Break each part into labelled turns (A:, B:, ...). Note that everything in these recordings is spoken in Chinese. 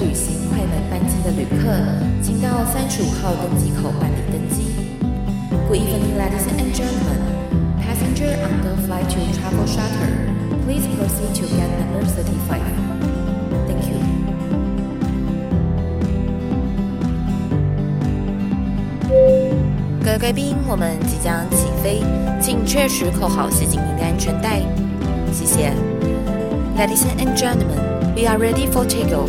A: 旅行快门班机的旅客，请到三十五号登机口办理登机。Good evening, ladies and gentlemen. Passenger on the flight to Travel Shuttle, please proceed to gate number thirty-five. Thank you. 各位贵宾，我们即将起飞，请确实扣好系紧您的安全带，谢谢。Ladies and gentlemen, we are ready for takeoff.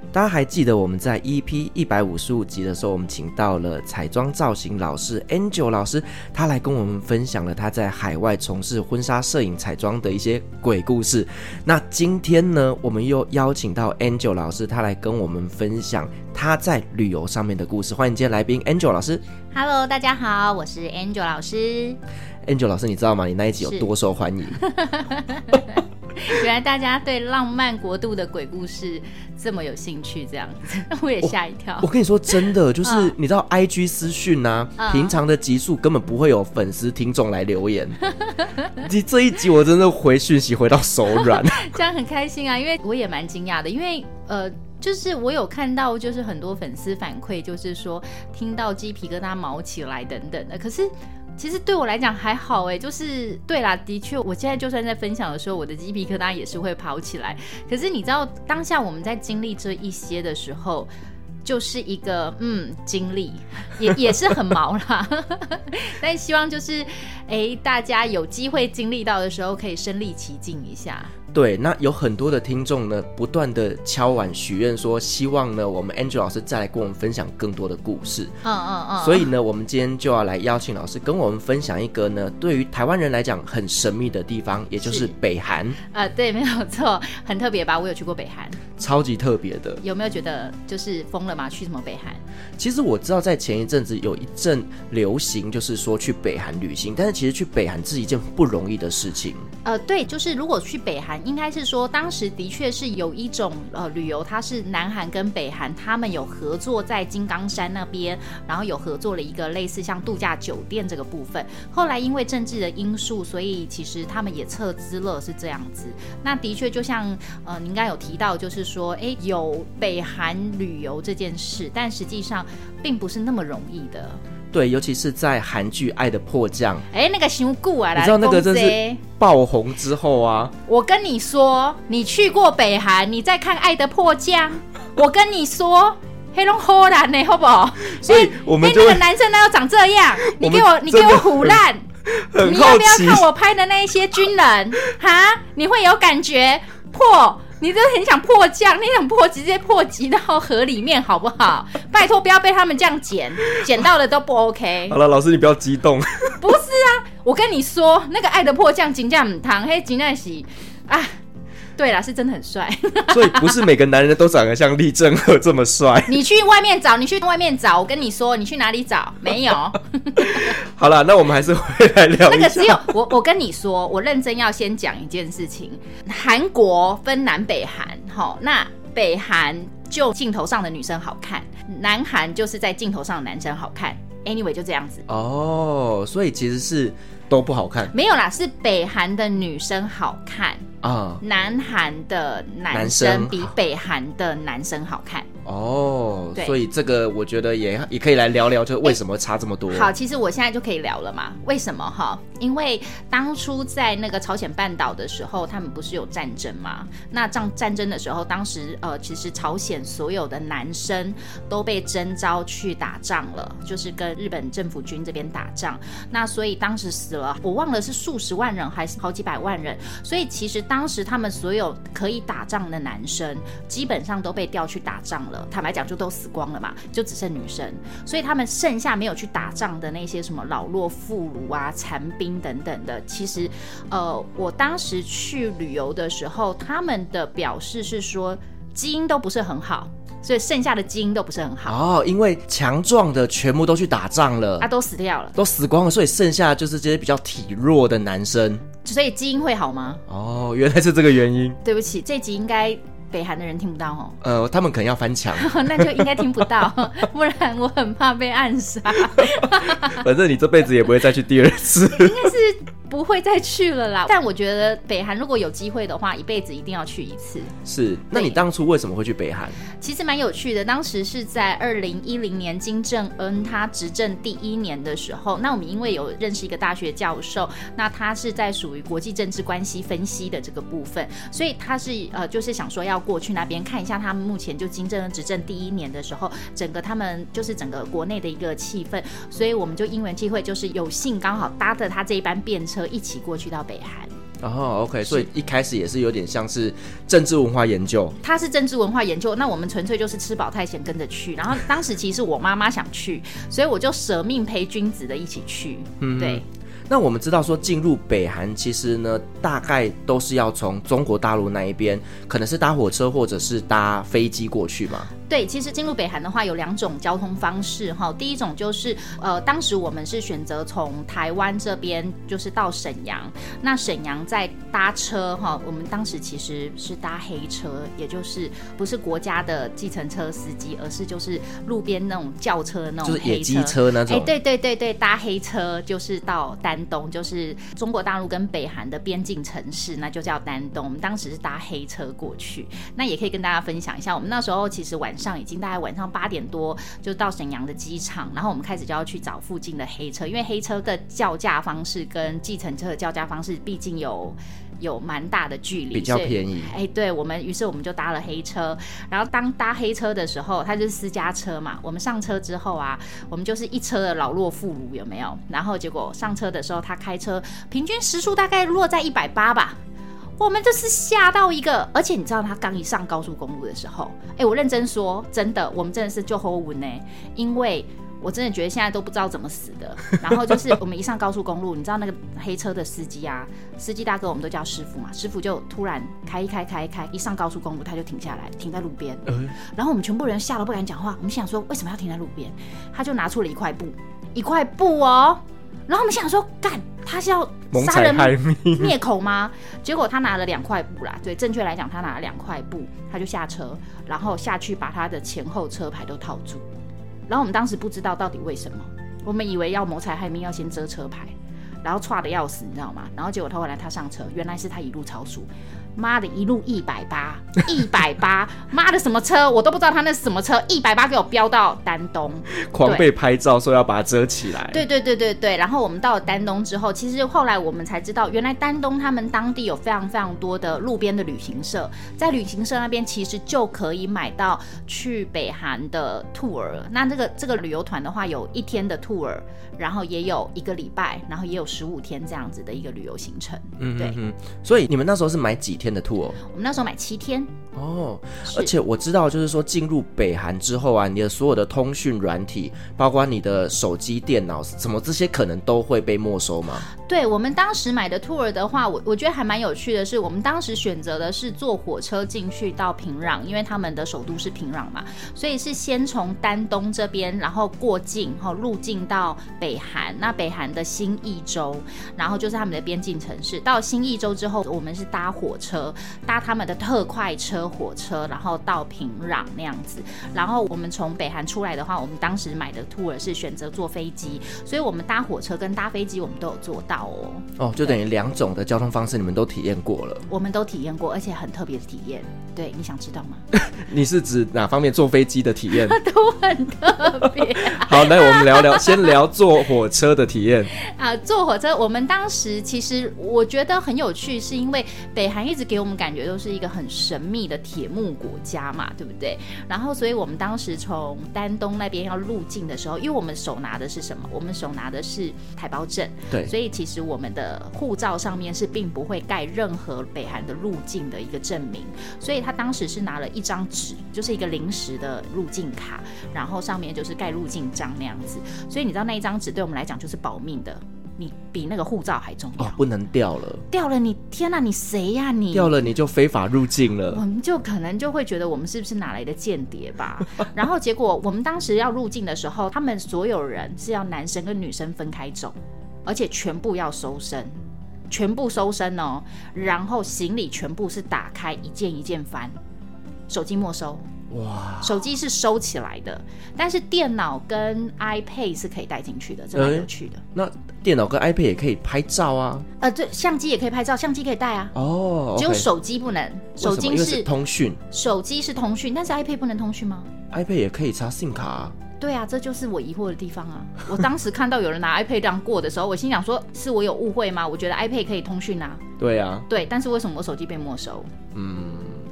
B: 大家还记得我们在 EP 一百五十五集的时候，我们请到了彩妆造型老师 Angel 老师，他来跟我们分享了他在海外从事婚纱摄影彩妆的一些鬼故事。那今天呢，我们又邀请到 Angel 老师，他来跟我们分享他在旅游上面的故事。欢迎今天来宾 Angel 老师。
C: Hello，大家好，我是 Angel 老师。
B: Angel 老师，你知道吗？你那一集有
C: 是
B: 多受欢迎？
C: 原来大家对浪漫国度的鬼故事这么有兴趣，这样子我也吓一跳
B: 我。跟你说，真的就是、
C: 嗯
B: 你知道，I G 私讯啊，
C: 嗯
B: 平常的集数根本不会有粉丝听众来留言。 你这一集我真的回讯息回到手 软，
C: 这样很开心啊，因为我也蛮惊讶的，因为呃，就是我有看到，就是很多粉丝反馈，就是说听到鸡皮疙瘩毛起来等等的，可是。其实对我来讲还好哎，就是对啦，的确，我现在就算在分享的时候，我的鸡皮疙瘩也是会跑起来。可是你知道，当下我们在经历这一些的时候，就是一个嗯经历，也也是很毛啦。 但希望就是哎，大家有机会经历到的时候，可以身临其境一下。
B: 对，那有很多的听众呢，不断的敲碗许愿说，希望呢我们 Angel 老师再来跟我们分享更多的故事。
C: 嗯嗯嗯，
B: 所以呢，我们今天就要来邀请老师跟我们分享一个呢，对于台湾人来讲很神秘的地方，也就是
C: 是
B: 北韩，
C: 呃，对，没有错，很特别吧？我有去过北韩，
B: 超级特别的。
C: 有没有觉得就是疯了吗？去什么北韩？
B: 其实我知道，在前一阵子有一阵流行，就是说去北韩旅行，但是其实去北韩是一件不容易的事情。
C: 呃，对，就是如果去北韩，应该是说当时的确是有一种呃旅游，它是南韩跟北韩他们有合作，在金刚山那边，然后有合作了一个类似像度假酒店这个部分。后来因为政治的因素，所以其实他们也撤资了，是这样子。那的确就像呃，您刚有提到，就是说，诶，有北韩旅游这件事，但实际上并不是那么容易的。
B: 对，尤其是在韩剧《爱的迫降》
C: 诶，那个熊顾啊，
B: 你知道那个真是
C: 来讲这
B: 爆红之后啊，
C: 我跟你说，你去过北韩，你再看《爱的迫 降》，我跟你说，黑龙荷兰呢，好不好？
B: 所以我们
C: 哎
B: 就
C: 那
B: 会
C: 个男生呢要长 这样，你给
B: 我
C: 我，
B: 们
C: 你给
B: 真的
C: 我胡烂。
B: 很
C: 你
B: 好
C: 要不
B: 奇
C: 要。看我拍的那一些军人？哈，你会有感觉破，你真的很想迫降，你想破直接破及到河里面，好不好？拜托不要被他们这样剪，剪到的都不 OK
B: 好。了，老师你不要激动。
C: 不是啊，我跟你说，那个爱的迫降金价很糖，嘿金奈喜啊，对啦，是真的很帅。
B: 所以不是每个男人都长得像李正赫这么帅。
C: 你去外面找，你去外面找，我跟你说，你去哪里找？没 有，
B: 好了，那我们还是回来聊
C: 那
B: 一
C: 个
B: 下
C: 只。有我。我跟你说，我认真要先讲一件事情，韩国分南北韩，好，那北韩就镜头上的女生好看，南韩就是在镜头上的男生好看。Anyway，就这样子。
B: 哦，所以其实是都不好看
C: 没有啦，是北韩的女生好看，
B: 啊。
C: 南韩的男
B: 男生
C: 生比北韩的男生好看。
B: 哦，
C: 对
B: 所以这个我觉得也也可以来聊聊，就是为什么差这么多。
C: 好，其实我现在就可以聊了嘛？为什么哈？因为当初在那个朝鲜半岛的时候，他们不是有战争嘛？那战战争的时候，当时呃，其实朝鲜所有的男生都被征召去打仗了，就是跟日本政府军这边打仗。那所以当时死了，我忘了是数十万人还是好几百万人。所以其实当时他们所有可以打仗的男生，基本上都被调去打仗了。坦白讲，就都死光了嘛，就只剩女生。所以他们剩下没有去打仗的那些什么老弱妇孺啊、残兵等等的，其实，呃，我当时去旅游的时候，他们的表示是说基因都不是很好，所以剩下的基因都不是很好，
B: 哦，因为强壮的全部都去打仗了，
C: 啊，都死掉了，
B: 都死光了，所以剩下就是这些比较体弱 的男生。
C: 所以基因会好吗？
B: 哦，原来是这个原因。
C: 对不起，这集应该北韩的人听不到哦。
B: 呃，他们可能要翻墙，
C: 那就应该听不到， 不然我很怕被暗杀，
B: 反正你这辈子也不会再去第二 次。
C: 不会再去了啦。但我觉得北韩如果有机会的话，一辈子一定要去一次。
B: 是，那你当初为什么会去北韩？
C: 其实蛮有趣的，当时是在二零一零年金正恩他执政第一年的时候，那我们因为有认识一个大学教授，那他是在属于国际政治关系分析的这个部分，所以他是呃就是想说要过去那边看一下他们目前就金正恩执政第一年的时候，整个他们就是整个国内的一个气氛，所以我们就因缘际会，就是有幸刚好搭着他这一班便车一起过去到北韩。
B: 然后哦 OK，所以一开始也是有点像是政治文化研究，
C: 他是政治文化研究，那我们纯粹就是吃饱太闲跟着去。然后当时其实我妈妈想去，所以我就舍命陪君子的一起去。嗯，对，
B: 那我们知道说，进入北韩其实呢，大概都是要从中国大陆那一边，可能是搭火车或者是搭飞机过去嘛。
C: 对，其实进入北韩的话有两种交通方式哈。第一种就是呃，当时我们是选择从台湾这边就是到沈阳，那沈阳再搭车哈。我们当时其实是搭黑车，也就是不是国家的计程车司机，而是就是路边那种轿车那种
B: 就是野
C: 哦黑
B: 鸡车那
C: 哎，
B: 种，
C: 对对对对，搭黑车就是到丹东，就是中国大陆跟北韩的边境城市，那就叫丹东。我们当时是搭黑车过去，那也可以跟大家分享一下，我们那时候其实晚上已经大概晚上八点多就到沈阳的机场，然后我们开始就要去找附近的黑车，因为黑车的叫价方式跟计程车的叫价方式毕竟有有蛮大的距离，
B: 比较
C: 所以
B: 便宜。
C: 哎，对我们，于是我们就搭了黑车。然后当搭黑车的时候，它就是私家车嘛。我们上车之后啊，我们就是一车的老弱妇孺，有没有？然后结果上车的时候，他开车平均时速大概落在一百八吧。我们就是吓到一个，而且你知道他刚一上高速公路的时候，哎，我认真说，真的，我们真的是就后文呢，因为。我真的觉得现在都不知道怎么死的。然后就是我们一上高速公路，你知道那个黑车的司机啊，司机大哥我们都叫师傅嘛，师傅就突然开一开开一开，一上高速公路他就停下来，停在路边。
B: 呃
C: 然后我们全部人吓得不敢讲话，我们心想说为什么要停在路边？他就拿出了一块布，一块布哦。然后我们心想说，干，他是要
B: 谋
C: 杀
B: 财
C: 人
B: 害命，
C: 灭口吗？结果他拿了两块布啦，对，正确来讲他拿了两块布，他就下车，然后下去把他的前后车牌都套住。然后我们当时不知道到底为什么，我们以为要谋财害命要先遮车牌，然后差的要死，你知道吗？然后结果他后来他上车，原来是他一路超速，妈的，一路一百八， 一百八，妈的什么车我都不知道他那是什么车，一百八给我飙到丹东。
B: 狂被拍照，说要把它遮起来。
C: 对对对对对。然后我们到了丹东之后，其实后来我们才知道，原来丹东他们当地有非常非常多的路边的旅行社，在旅行社那边其实就可以买到去北韩的 tour。那这个这个旅游团的话，有一天的 tour，然后也有一个礼拜，然后也有十五天这样子的一个旅游行程。
B: 嗯
C: 对
B: 嗯嗯。所以你们那时候是买几天的 tour？
C: 我们那时候买七天，
B: 哦，
C: 是
B: 而且我知道，就是说进入北韩之后啊，你的所有的通讯软体，包括你的手机、电脑，什么这些可能都会被没收吗？
C: 对我们当时买的 tour 的话，我我觉得还蛮有趣的是，我们当时选择的是坐火车进去到平壤，因为他们的首都是平壤嘛，所以是先从丹东这边，然后过境，哈、入境到北韩，那北韩的新义州，然后就是他们的边境城市。到新义州之后，我们是搭火车，搭他们的特快车火车，然后到平壤那样子。然后我们从北韩出来的话，我们当时买的 tour 是选择坐飞机，所以我们搭火车跟搭飞机我们都有做到哦，
B: 哦，就等于两种的交通方式，你们都体验过了。
C: 我们都体验过，而且很特别的体验。对，你想知道吗？
B: 你是指哪方面坐飞机的体 验？
C: 都很 特别。
B: 好，来我们聊 聊，先聊坐火车的体验。
C: 啊，坐火车，我们当时其实我觉得很有趣，是因为北韩一直给我们感觉都是一个很神秘的铁幕国家嘛，对不对？然后，所以我们当时从丹东那边要入境的时候，因为我们手拿的是什么？我们手拿的是台胞证，
B: 对
C: 所以其实我们的护照上面是并不会盖任何北韩的入境的一个证明，所以他当时是拿了一张纸，就是一个临时的入境卡，然后上面就是盖入境章那样子。所以你知道那一张纸对我们来讲就是保命的，你比那个护照还重要。
B: 哦，不能掉了，
C: 掉了你，天哪、你谁呀、你？
B: 掉了你就非法入境
C: 我
B: 了。
C: 们就可能就会觉得我们是不是哪来的间谍 吧？然后结果我们当时要入境的时候，他们所有人是要男生跟女生分开走，而且全部要搜身，全部搜身哦，然后行李全部是打开一件一件翻。手机没收，
B: 哇，
C: 手机是收起来的，但是电脑跟 iPad 是可以带进去的，这蛮有趣的。
B: 那电脑跟 iPad 也可以拍照啊。
C: 呃，对，相机也可以拍照，相机可以带啊，
B: 哦，
C: 只有
B: OK
C: 手机不能。手
B: 为什么
C: 机
B: 因为
C: 是
B: 通讯
C: 手机是通讯，但是 iPad 不能通讯吗？
B: ，iPad 也可以插 SIM 卡、啊。
C: 对啊，这就是我疑惑的地方啊！ 我当时看到有人拿 iPad 这样过的时候，我心想说，是我有误会吗？我觉得 iPad 可以通讯啊，
B: 对啊，嗯
C: 对，但是为什么我手机被没收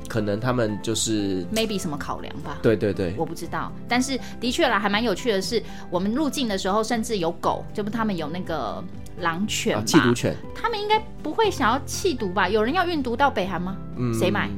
B: 可能他们就是
C: ？maybe 什么考量吧？
B: 对对对，
C: 我不知道，但是的确啦，还蛮有趣的是，我们入境的时候甚至有狗，这不他们有那个狼犬
B: 啊，
C: 吧？
B: 缉毒犬，
C: 他们应该不会想要弃毒吧？有人要运毒到北韩吗？
B: 嗯，
C: 谁买？？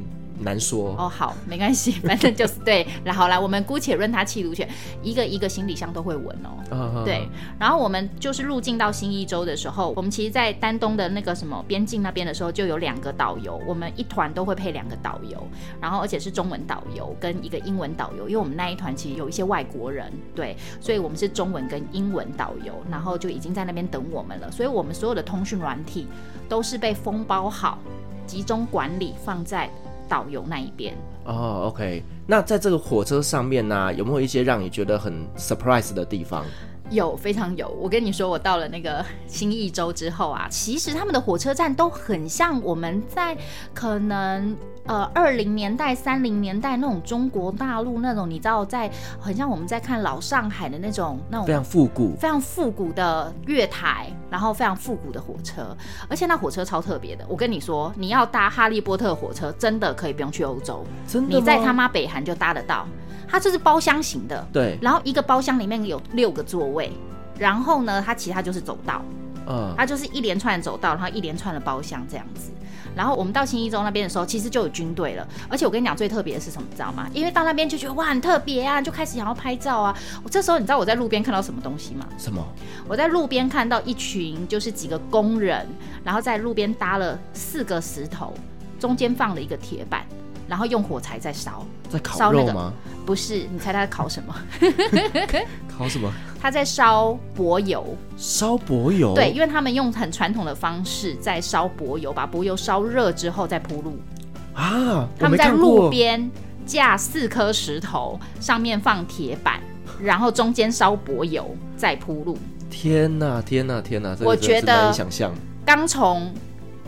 B: 难说。
C: 哦，好，没关系，反正就是对。 然后来，我们姑且论它弃毒犬，一个一个行李箱都会闻哦。
B: 啊
C: 对，，然后我们就是入境到新一州的时候，我们其实，在丹东的那个什么边境那边的时候，就有两个导游，我们一团都会配两个导游，然后而且是中文导游跟一个英文导游，因为我们那一团其实有一些外国人，对，所以我们是中文跟英文导游，然后就已经在那边等我们了，所以我们所有的通讯软体都是被封包好，集中管理放在导游那一边。
B: 哦，OK。那在这个火车上面呢、有没有一些让你觉得很 surprise 的地方？
C: 哦有，非常有。我跟你说，我到了那个新义州之后啊， 其实他们的火车站都很像我们在可能呃二零年代、三零年代那种中国大陆那种，你知道在，很像我们在看老上海的那种那
B: 非常
C: 种。
B: 复古，
C: 非常复古的月台，然后非常复古的火车，而且那火车超特别的。我跟你说，你要搭哈利波特火车，真的可以不用去欧洲，
B: 真的
C: 你在
B: 吗
C: 他妈北韩就搭得到。它这是包厢型的，
B: 对，
C: 然后一个包厢里面有六个座位，然后呢，它其他就是走道，
B: 嗯，
C: 它就是一连串的走道，然后一连串的包厢这样子。然后我们到新一中那边的时候，其实就有军队了。而且我跟你讲，最特别的是什么，你知道吗？因为到那边就觉得哇，很特别啊，就开始想要拍照啊。我这时候你知道我在路边看到什么东西吗？
B: 什么？
C: 我在路边看到一群就是几个工人，然后在路边搭了四个石头，中间放了一个铁板，然后用火柴在烧。
B: 在烤
C: 烧那
B: 肉
C: 个
B: 吗？
C: 不是，你猜他在烤什么？
B: 烤什么？
C: 他在烧柏油。
B: 烧柏油？
C: 对，因为他们用很传统的方式在烧柏油，把柏油烧热之后再铺路。
B: 啊，我
C: 他
B: 没
C: 们在
B: 看
C: 路
B: 过
C: 边架四颗石头，上面放铁板，然后中间烧柏油再铺路。
B: 天哪，天哪，天哪！这个
C: 我
B: 真的
C: 觉
B: 是难以
C: 得
B: 想象，
C: 刚从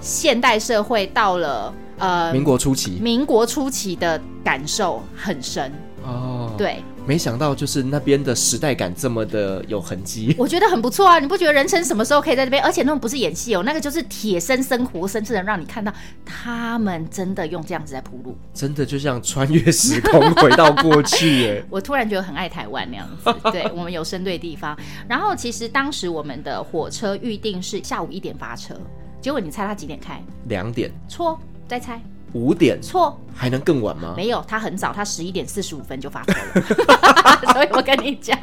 C: 现代社会到了呃
B: 民国初期
C: 民国初期的感受很深。
B: 哦，，
C: 对，
B: 没想到就是那边的时代感这么的有痕迹，
C: 我觉得很不错啊！你不觉得人生什么时候可以在这边？而且那种不是演戏哦，那个就是铁生生活生生的让你看到他们真的用这样子在铺路。
B: 真的就像穿越时空回到过去耶。
C: 我突然觉得很爱台湾那样子，对我们有深对地方。然后其实当时我们的火车预定是下午一点发车，结果你猜它几点开？
B: 两点、
C: 错，再猜
B: 五点
C: 错，
B: 还能更晚吗？
C: 没有，它很早，它十一点四十五分就发车了。所以我跟你讲。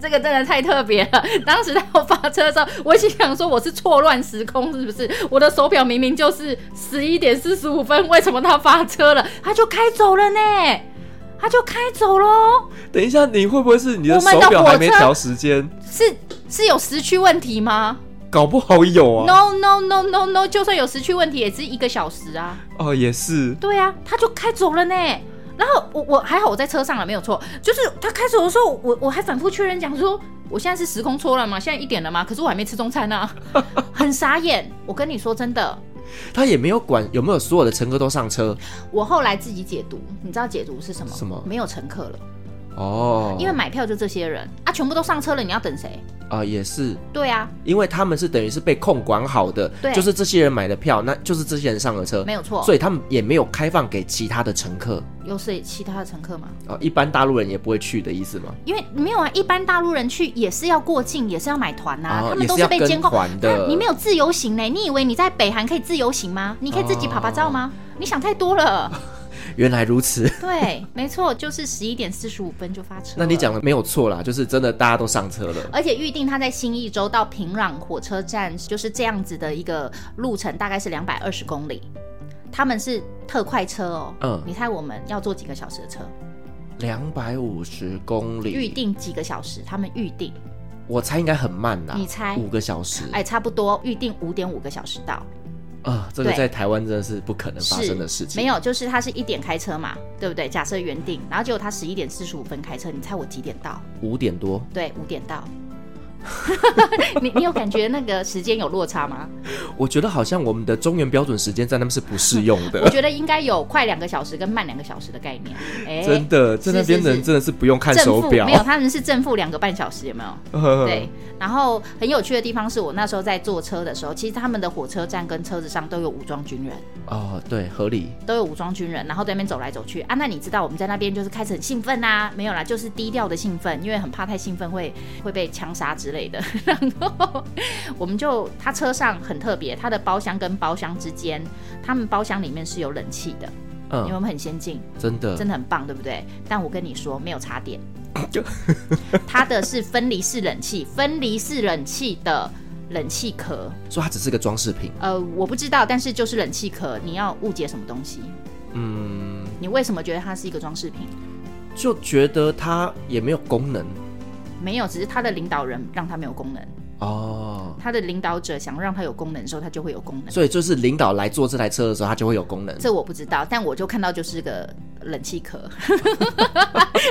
C: 这个真的太特别了！当时在我发车的时候，我心想说我是错乱时空是不是？我的手表明明就是十一点四十五分，为什么它发车了？它就开走了呢？它就开走喽！
B: 等一下，你会不会是你的
C: 我们
B: 手
C: 的
B: 表还没
C: 火车
B: 调时间？
C: 是是有时区问题吗、
B: 搞不好有啊。
C: n o No No No No，就算有时区问题，也是一个小时啊。
B: 哦，也是。
C: 对啊，他就开走了呢。然后我我还好我在车上了，没有错。就是他开走的时候，我我还反复确认讲说，我现在是时空错乱吗？现在一点了吗？可是我还没吃中餐呢、 啊，很傻眼。我跟你说真的，
B: 他也没有管有没有所有的乘客都上 车
C: 我后来自己解读，你知道解读是什么？
B: 什么
C: 没有乘客了，
B: 哦，
C: 因为买票就这些人啊，全部都上车了，你要等谁？
B: 啊、也是，
C: 对啊，
B: 因为他们是等于是被控管好的，
C: 对
B: 就是这些人买的票，那就是这些人上了车，
C: 没有错
B: 所以他们也没有开放给其他的乘客
C: 有谁其他的乘客吗？
B: 啊、一般大陆人也不会去的意思吗？
C: 因为没有啊，一般大陆人去也是要过境，也是要买团呐、啊
B: 哦
C: 他们都是
B: 也
C: 被
B: 是要
C: 监
B: 跟
C: 控
B: 团的
C: 那你没有自由行呢？你以为你在北韩可以自由行吗？你可以自己拍拍照吗？
B: 哦
C: 你想太多了。
B: 原来如此，
C: 对，没错，就是十一点四十五分就发车。
B: 那你，讲的没有错啦，就是真的大家都上车了，
C: 而且预定他在新义州到平壤火车站就是这样子的一个路程，大概是两百二十公里。他们是特快车哦，
B: 嗯
C: 你猜我们要坐几个小时的车？
B: 两百五十公里，
C: 预定几个小时？他们预定，
B: 我猜应该很慢啦，
C: 你猜哎
B: 五个小时，
C: 哎，差不多预定五点五个小时到。
B: 啊，这个
C: 对
B: 在台湾真的是不可能发生的事情。
C: 没有，就是他是一点开车嘛，对不对？假设原定，然后结果他十一点四十五分开车，你猜我几点到？
B: 五点多，
C: 对，五点到。 你你有感觉那个时间有落差 吗？
B: 我觉得好像我们的中原标准时间在那边是不适用
C: 我
B: 的，
C: 觉得应该有快两个小时跟慢两个小时的概念。 哎、
B: 真的，在那边
C: 是是
B: 人真的是不用看
C: 正
B: 手
C: 负
B: 表嗯
C: 没，有，他们是正负两个半小时，有没有？ 对，然后很有趣的地方是我那时候在坐车的时候，其实他们的火车站跟车子上都有武装军人，
B: 哦，对，合理，
C: 都有武装军人，然后在那边走来走去啊。那你知道我们在那边就是开始很兴奋啊，没有啦，就是低调的兴奋，因为很怕太兴奋会会被枪杀之类的。 然后我们就他车上很特别，他的包厢跟包厢之间，他们包厢里面是有冷气的，因为
B: 嗯，
C: 我们很先进，
B: 真的，
C: 真的很棒，对不对？但我跟你说，没有插电
B: 就，
C: 它的是分离式冷气，分离式冷气的冷气壳，
B: 说它只是个装饰品，
C: 呃，我不知道，但是就是冷气壳，你要误解什么东西？
B: 嗯，
C: 你为什么觉得它是一个装饰品？
B: 就觉得它也没有功能
C: 没有，只是它的领导人让它没有功能，
B: 哦，
C: 它的领导者想让它有功能的时候，它就会有功能。
B: 所以就是领导来坐这台车的时候，它就会有功能。
C: 这我不知道，但我就看到就是个冷气壳，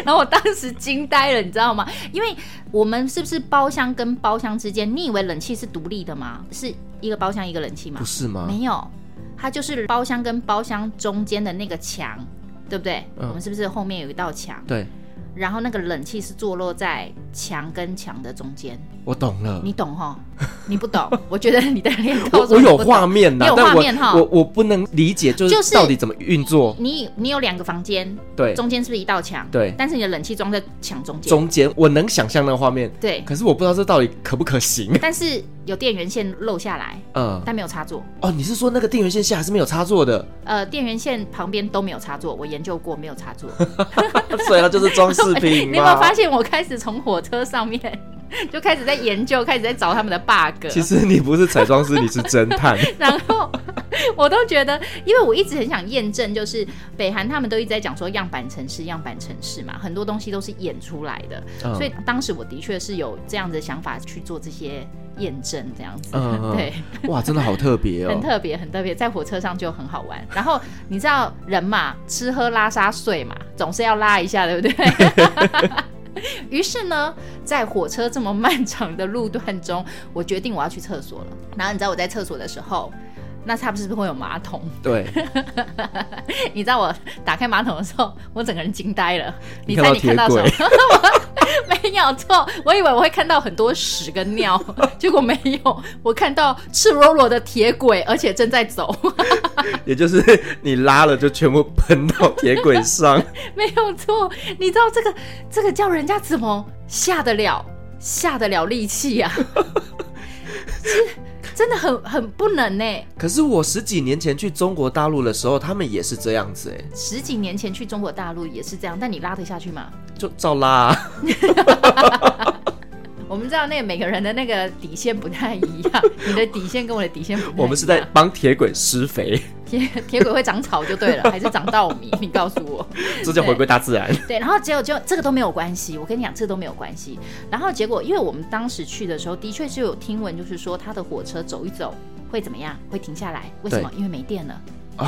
C: 然后我当时惊呆了，你知道吗？因为我们是不是包厢跟包厢之间，你以为冷气是独立的吗？是一个包厢一个冷气吗
B: 不？是吗？
C: 没有，它就是包厢跟包厢中间的那个墙，对不对？
B: 嗯
C: 我们是不是后面有一道墙？
B: 对，
C: 然后那个冷气是坐落在墙跟墙的中间，
B: 我懂了。
C: 你 懂哈？你不懂，我觉得你的脸
B: 我
C: 告诉
B: 我有
C: 你不懂
B: 画面呐
C: 你有，
B: 但
C: 画
B: 我
C: 面哈
B: 我我不能理解，就
C: 就是是
B: 到底怎么运作？
C: 你你有两个房间，
B: 对，
C: 中间是不是一道墙？
B: 对
C: 但是你的冷气装在墙中间。
B: 中间我能想象那个画面，
C: 对，
B: 可是我不知道这到底可不可行。
C: 但是有电源线漏下来，
B: 嗯，
C: 但没有插座。
B: 哦，你是说那个电源线下还是没有插座 的，
C: 呃，电源线旁边都没有插座，我研究过没有插座。
B: 所以它就是装饰品
C: 你有没有
B: 嘛
C: 发？现我开始从火车上面 就开始在研究，开始在找他们的 bug？
B: 其实你不是彩妆师，你是侦探。
C: 然后我都觉得，因为我一直很想验证，就是北韩他们都一直在讲说样板城市、样板城市嘛，很多东西都是演出来的，
B: 嗯
C: 所以当时我的确是有这样的想法去做这些验证，这样子，
B: 嗯嗯
C: 对，
B: 哇，真的好特别
C: 很
B: 哦。
C: 特别，很特别，在火车上就很好玩。然后你知道人嘛，吃喝拉撒睡嘛，总是要拉一下，对不对？于是呢，在火车这么漫长的路段中，我决定我要去厕所了。然后你知道我在厕所的时候，那它不是会有马桶？
B: 对，
C: 你知道我打开马桶的时候，我整个人惊呆了。
B: 你
C: 你
B: 看到
C: 猜你看到什么
B: 铁？
C: 我没有错，我以为我会看到很多屎跟尿， 结果没有，我看到赤裸裸的铁轨，而且正在走。
B: 也就是你拉了就全部喷到铁轨 上。
C: 没有错，你知道这个这个叫人家怎么下得了下得了力气 啊？是真的很很不能呢、
B: 可是我十几年前去中国大陆的时候，他们也是这样子哎、
C: 十几年前去中国大陆也是这样，但你拉得下去吗？
B: 就照拉、啊。
C: 我们知道那个每个人的那个底线不太一样，你的底线跟我的底线不太一样。
B: 我们是在帮铁轨施 肥，
C: 铁铁轨会长草就对了，还是长稻米？你告诉我。
B: 这叫回归大自然。
C: 对，然后结果就这个都没有关系，我跟你讲，这个都没有关系。然后结果，因为我们当时去的时候，的确是有听闻，就是说他的火车走一走会怎么样，会停下来，为什么？因为没电了。哦，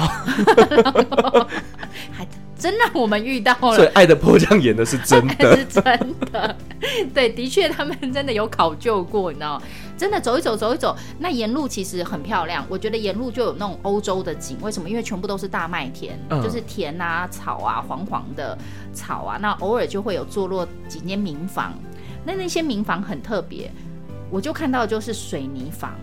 C: 还真让我们遇到
B: 所以
C: 了。
B: 《爱的迫降》演的是真的
C: 是真的，对，的确，他们真的有考究过，你知道吗，真的走一走，走一走，那沿路其实很漂亮。我觉得沿路就有那种欧洲的景，为什么？因为全部都是大麦田，
B: 嗯
C: 就是田啊、草啊、黄黄的草啊，那偶尔就会有坐落几间民房，那那些民房很特别，我就看到就是水泥房。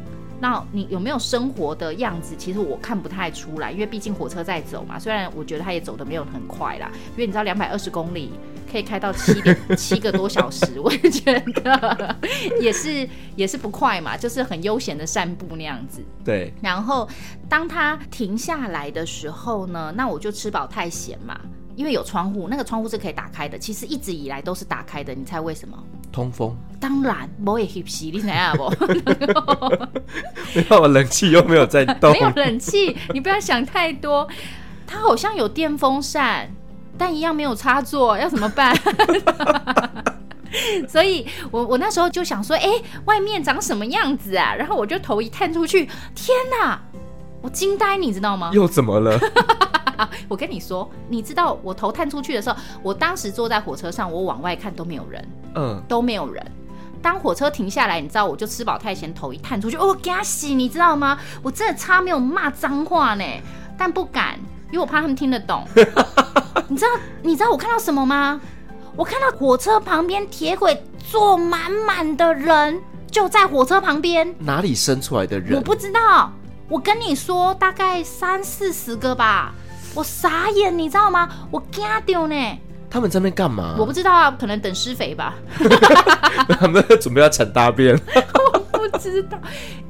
C: 那你有没有生活的样子？其实我看不太出来，因为毕竟火车在走嘛。虽然我觉得它也走的没有很快啦，因为你知道两百二十公里可以开到七点七个多小时，我也觉得 也是也是不快嘛，就是很悠闲的散步那样子。
B: 对，
C: 然后当它停下来的时候呢，那我就吃饱太闲嘛，因为有窗户，那个窗户是可以打开的。其实一直以来都是打开的，你猜为什么？
B: 通风，
C: 当然，我也 h 皮，你知道不？
B: 没办法，冷气又没有在动
C: 没有冷气，你不要想太多。它好像有电风扇，但一样没有插座，要怎么办？所以我我那时候就想说，哎、外面长什么样子啊？然后我就头一探出去，天哪，我惊呆，你知道吗？
B: 又怎么 了？
C: 我跟你说，你知道我头探出去的时候，我当时坐在火车上，我往外看都没有人，
B: 嗯，
C: 都没有人。当火车停下来，你知道我就吃饱太闲，头一探出去，哦，给他洗，你知道吗？我真的差没有骂脏话呢，但不敢，因为我怕他们听得懂。你知道你知道我看到什么吗？我看到火车旁边铁轨坐满满的人，就在火车旁边。
B: 哪里生出来的人？
C: 我不知道，我跟你说，大概三四十个吧。我傻眼，你知道吗？我吓掉呢，
B: 他们在那边干嘛？
C: 我不知道啊，可能等施肥吧，
B: 他们准备要铲大 便。
C: 不知道，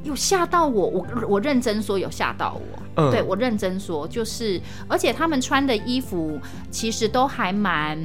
C: 有吓到我，我我认真说有吓到我，
B: 嗯
C: 对我认真说，就是而且他们穿的衣服其实都还蛮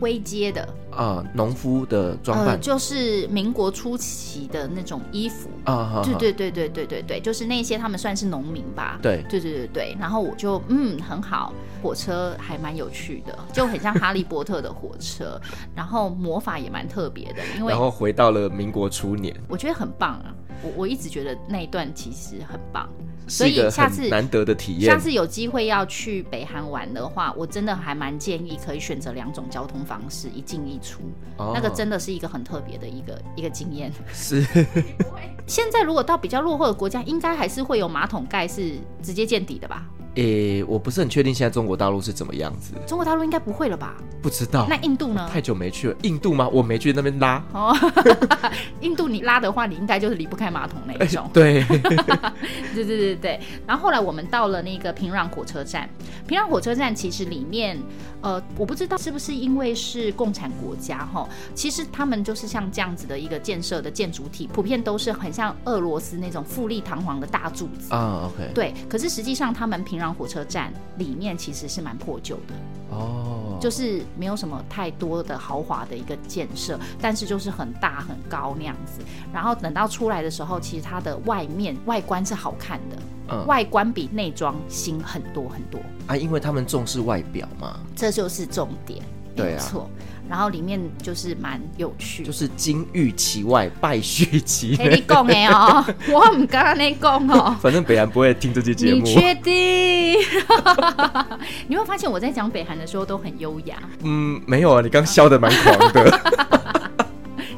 C: 灰阶的，
B: 啊，农夫的装
C: 呃，
B: 扮
C: 就是民国初期的那种衣服，
B: 啊，哈
C: 对对对对对对对，就是那些他们算是农民吧。
B: 对
C: 对对对对，然后我就嗯很好，火车还蛮有趣的，就很像哈利波特的火车，然后魔法也蛮特别的，因为
B: 然后回到了民国初年，
C: 我觉得很棒啊，我我一直觉得那一段其实很棒，
B: 是一个
C: 所以下次
B: 很难得的体
C: 下
B: 验。
C: 次有机会要去北韩玩的话，我真的还蛮建议可以选择两种交通方式，一进一出，
B: 哦
C: 那个真的是一个很特别的一个一个经验。
B: 是
C: 现在如果到比较落后的国家，应该还是会有马桶盖是直接见底的吧？
B: 诶，我不是很确定现在中国大陆是怎么样子，
C: 中国大陆应该不会了吧？
B: 不知道
C: 那。印度呢？
B: 哦 太久没去了，印度吗？我没去那边拉。
C: 哦， 印度你拉的话，你应该就是离不开马桶那一种。
B: 对，
C: 对对对对。然后后来我们到了那个平壤火车站，平壤火车站其实里面，呃，我不知道是不是因为是共产国家哈，其实他们就是像这样子的一个建设的建筑体，普遍都是很像俄罗斯那种富丽堂皇的大柱子。
B: 啊，OK，
C: 对，可是实际上他们平壤火车站里面其实是蛮破旧的，
B: 哦，
C: 就是没有什么太多的豪华的一个建设，但是就是很大很高那样子。然后等到出来的时候，其实它的外面外观是好看的，
B: 嗯
C: 外观比内装新很多很多，
B: 啊，因为他们重视外表嘛，
C: 这就是重点，
B: 对啊
C: 没错。然后里面就是蛮有趣
B: 就。是金玉其外，败絮其
C: 哎、
B: 内。
C: 你讲的哦，我唔敢你讲哦。
B: 反正北韩不会听这期节
C: 你
B: 目。
C: 确定？ 你会发现我在讲北韩的时候都很优雅。
B: 嗯，没有啊，你刚笑的蛮狂 的。？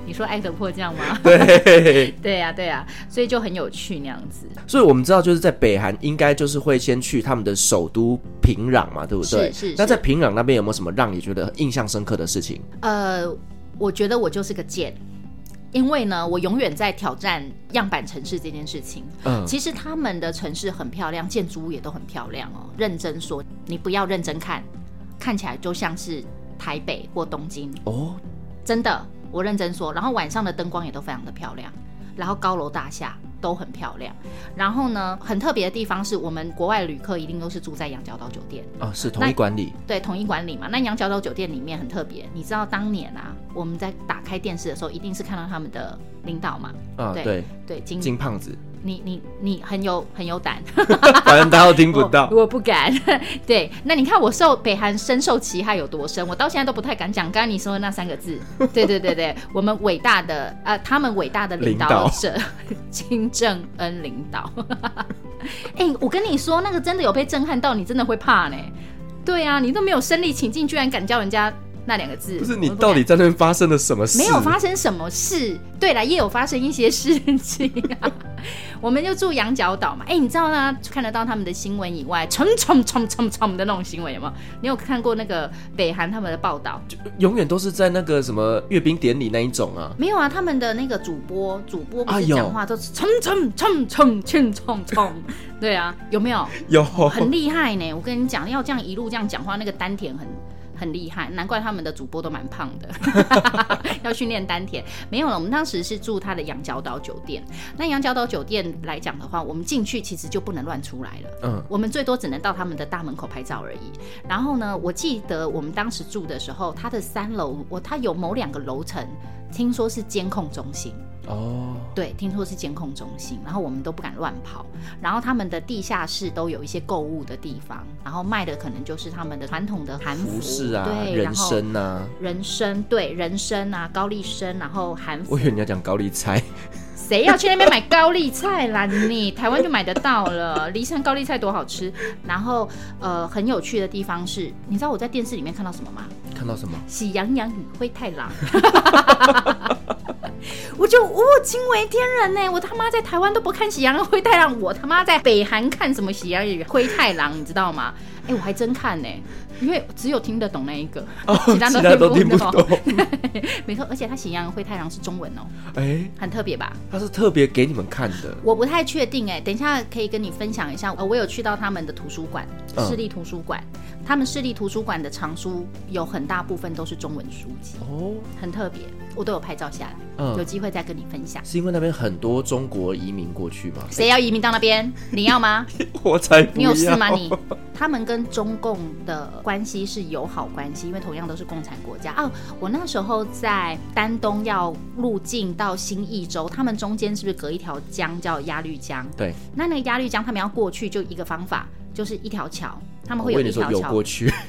C: 你说爱德迫降 吗
B: 对，
C: 对呀、对呀、啊所以就很有趣那样子。
B: 所以我们知道，就是在北韩应该就是会先去他们的首都平壤嘛，对不对？
C: 是是
B: 那
C: 是
B: 在平壤那边有没有什么让你觉得印象深刻的事情？
C: 呃，我觉得我就是个贱，因为呢，我永远在挑战样板城市这件事情。
B: 嗯，
C: 其实他们的城市很漂亮，建筑物也都很漂亮哦。认真说，你不要认真看，看起来就像是台北或东京，
B: 哦，
C: 真的，我认真说。然后晚上的灯光也都非常的漂亮，然后高楼大厦都很漂亮。然后呢，很特别的地方是我们国外旅客一定都是住在羊角岛酒店。
B: 啊，是统一管理
C: 对，统一管理嘛。啊那羊角岛酒店里面很特别，你知道当年啊，我们在打开电视的时候，一定是看到他们的领导嘛。
B: 啊，
C: 对
B: 对，
C: 对，金，
B: 金胖 子，
C: 你你你很有很有胆，
B: 反正大家都听不 到。
C: 哦我我不敢。 对，那你看我受北韩深受其害有多深，我到现在都不太敢讲刚刚你说的那三个字。对对 对对，我们伟大的呃，他们伟大的领导者 金正恩领导。 哎、我跟你说，那个真的有被震撼到，你真的会怕呢。对啊，你都没有身临情境，居然敢叫人家那两个字，
B: 不是
C: 我
B: 你
C: 都不
B: 到
C: 敢
B: 底在那边发生了什么事？
C: 没有发生什么事。对了，也有发生一些事情、啊。我们就住羊角岛嘛，哎、你知道呢？看得到他们的新闻以外，冲冲冲冲冲的那种新闻有没有？你有看过那个北韩他们的报道？
B: 永远都是在那个什么阅兵典礼那一种啊。
C: 没有啊，他们的那个主播，主播不
B: 啊
C: 是
B: 有
C: 讲话都是冲冲冲冲冲冲冲，对啊，有没有？
B: 有，
C: 很厉害呢！我跟你讲，要这样一路这样讲话，那个丹田很很厉害，难怪他们的主播都蛮胖的， 要训练丹田。没有了，我们当时是住他的羊角岛酒店。那羊角岛酒店来讲的话，我们进去其实就不能乱出来了。
B: 嗯，
C: 我们最多只能到他们的大门口拍照而已。然后呢，我记得我们当时住的时候，它的三楼，我它有某两个楼层，听说是监控中心。
B: 哦，
C: 对，听说是监控中心，然后我们都不敢乱跑。然后他们的地下室都有一些购物的地方，然后卖的可能就是他们的传统的韩服，
B: 服饰啊，
C: 对，
B: 人
C: 然后
B: 参啊。
C: 人参，对，人参啊，高丽参，然后韩服
B: 我以为你要讲高丽菜，
C: 谁要去那边买高丽菜啦？你台湾就买得到了，离山高丽菜多好吃。然后呃，很有趣的地方是，你知道我在电视里面看到什么吗？
B: 看到什么？
C: 喜羊羊与灰太狼， 我就哦惊为天人呢！我他妈在台湾都不看喜羊羊与灰太狼，我他妈在北韩看什么喜羊羊与灰太狼，你知道吗？哎、我还真看呢，因为只有听得懂那一个， 其他
B: 哦其他
C: 都
B: 都听
C: 听不
B: 不
C: 懂。
B: 懂。
C: 没错，而且它喜羊羊与灰太狼是中文哦，
B: 哎，
C: 很特别吧？
B: 他是特别给你们看的，
C: 我不太确定哎、等一下可以跟你分享一下。呃，我有去到他们的图书馆，
B: 嗯
C: 市立图书馆，他们市立图书馆的藏书有很大部分都是中文书籍，
B: 哦，
C: 很特别，我都有拍照下来，
B: 嗯
C: 有机会再跟你分享。
B: 是因为那边很多中国移民过去吗？
C: 谁要移民到那边？你要吗？
B: 我才不
C: 你有事吗？
B: 要
C: 你？他们跟中共的关系是友好关系，因为同样都是共产国家哦。我那时候在丹东要入境到新义州，他们中间是不是隔一条江叫鸭绿江？
B: 对，
C: 那那个鸭绿江他们要过去就一个方法，就是一条桥，他们
B: 我
C: 会有
B: 跟
C: 一
B: 你说
C: 条
B: 游
C: 桥
B: 过，去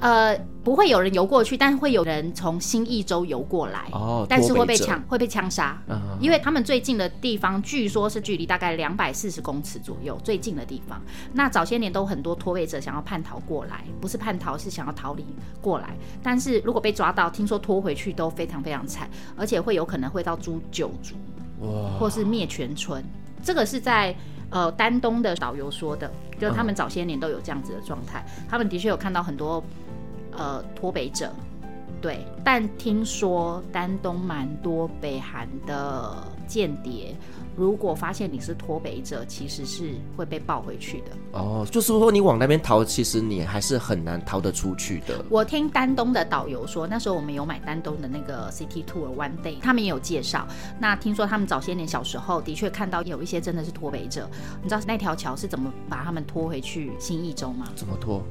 C: 呃，不会有人游过去，但会有人从新义州游过来，
B: 哦
C: 但是
B: 脱
C: 会
B: 北
C: 被
B: 者
C: 抢，会被枪杀。
B: 啊，
C: 因为他们最近的地方，据说是距离大概两百四十公尺左右最近的地方。那早些年都很多脱北者想要叛逃过来，不是叛逃，是想要逃离过来。但是如果被抓到，听说拖回去都非常非常惨，而且会有可能会到诛九族
B: 哇，
C: 或是灭全村。这个是在呃丹东的导游说的，就是他们早些年都有这样子的状态，他们的确有看到很多呃脱北者。对，但听说丹东蛮多北韩的间谍，如果发现你是脱北者，其实是会被抱回去的。
B: 哦，就是说你往那边逃，其实你还是很难逃得出去的。
C: 我听丹东的导游说，那时候我们有买丹东的那个 City Tour One Day，他们也有介绍。那听说他们早些年小时候的确看到有一些真的是脱北者，你知道那条桥是怎么把他们拖回去新义州吗？
B: 怎么脱？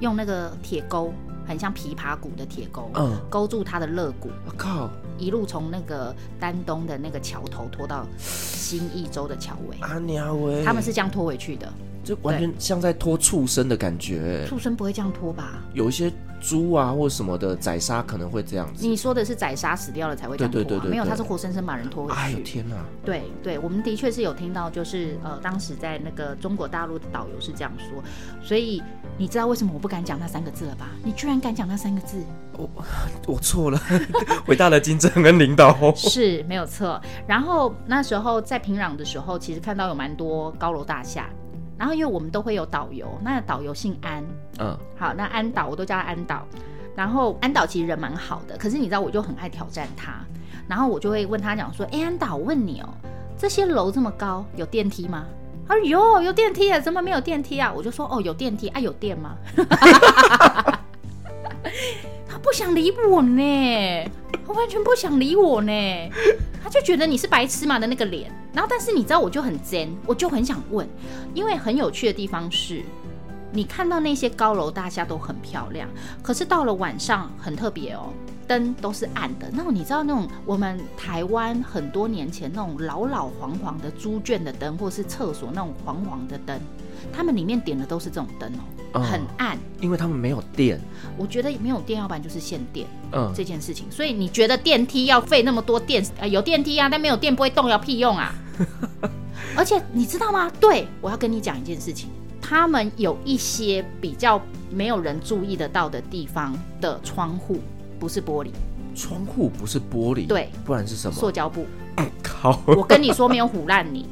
C: 用那个铁钩，很像琵琶骨的铁钩，
B: 嗯
C: 勾住他的肋骨，
B: 我、啊靠
C: 一路从那个丹东的那个桥头拖到新义州的桥尾，
B: 阿娘喂！
C: 他们是这样拖回去的。
B: 这完全像在拖畜生的感觉。
C: 畜生不会这样拖吧？
B: 有一些猪啊或什么的宰杀可能会这样子。
C: 你说的是宰杀死掉了才会这样拖、啊，
B: 对对对对
C: 没有，
B: 对
C: 他是活生生把人拖回去。
B: 哎呦天哪！
C: 对对，我们的确是有听到，就是呃，当时在那个中国大陆的导游是这样说，所以你知道为什么我不敢讲那三个字了吧？你居然敢讲那三个字，
B: 我错了， 伟大的金正恩领导。
C: 是没有错。然后那时候在平壤的时候，其实看到有蛮多高楼大厦，然后因为我们都会有导游，那导游姓安，
B: 嗯，
C: 好，那安导我都叫他安导。然后安导其实人蛮好的，可是你知道我就很爱挑战他，然后我就会问他讲说：“哎，安导，我问你哦，这些楼这么高，有电梯吗？”他说：“有，有电梯啊，怎么没有电梯啊？”我就说：“哦，有电梯啊，有电吗？”他不想理我呢，他完全不想理我呢，他就觉得你是白痴嘛的那个脸。然后，但是你知道，我就很尖，我就很想问，因为很有趣的地方是，你看到那些高楼大厦都很漂亮，可是到了晚上很特别哦，灯都是暗的。那你知道那种我们台湾很多年前那种老老黄黄的猪圈的灯，或是厕所那种黄黄的灯，他们里面点的都是这种灯哦，
B: 嗯
C: 很暗。
B: 因为他们没有电。
C: 我觉得没有电，要不然就是限电
B: 嗯，
C: 这件事情。所以你觉得电梯要费那么多电？呃，有电梯啊，但没有电不会动，要屁用啊！而且你知道吗？对，我要跟你讲一件事情，他们有一些比较没有人注意得到的地方的窗户不是玻璃，
B: 窗户不是玻璃，
C: 对，
B: 不然是什么？
C: 塑胶布。
B: 靠！
C: 我跟你说没有唬烂你，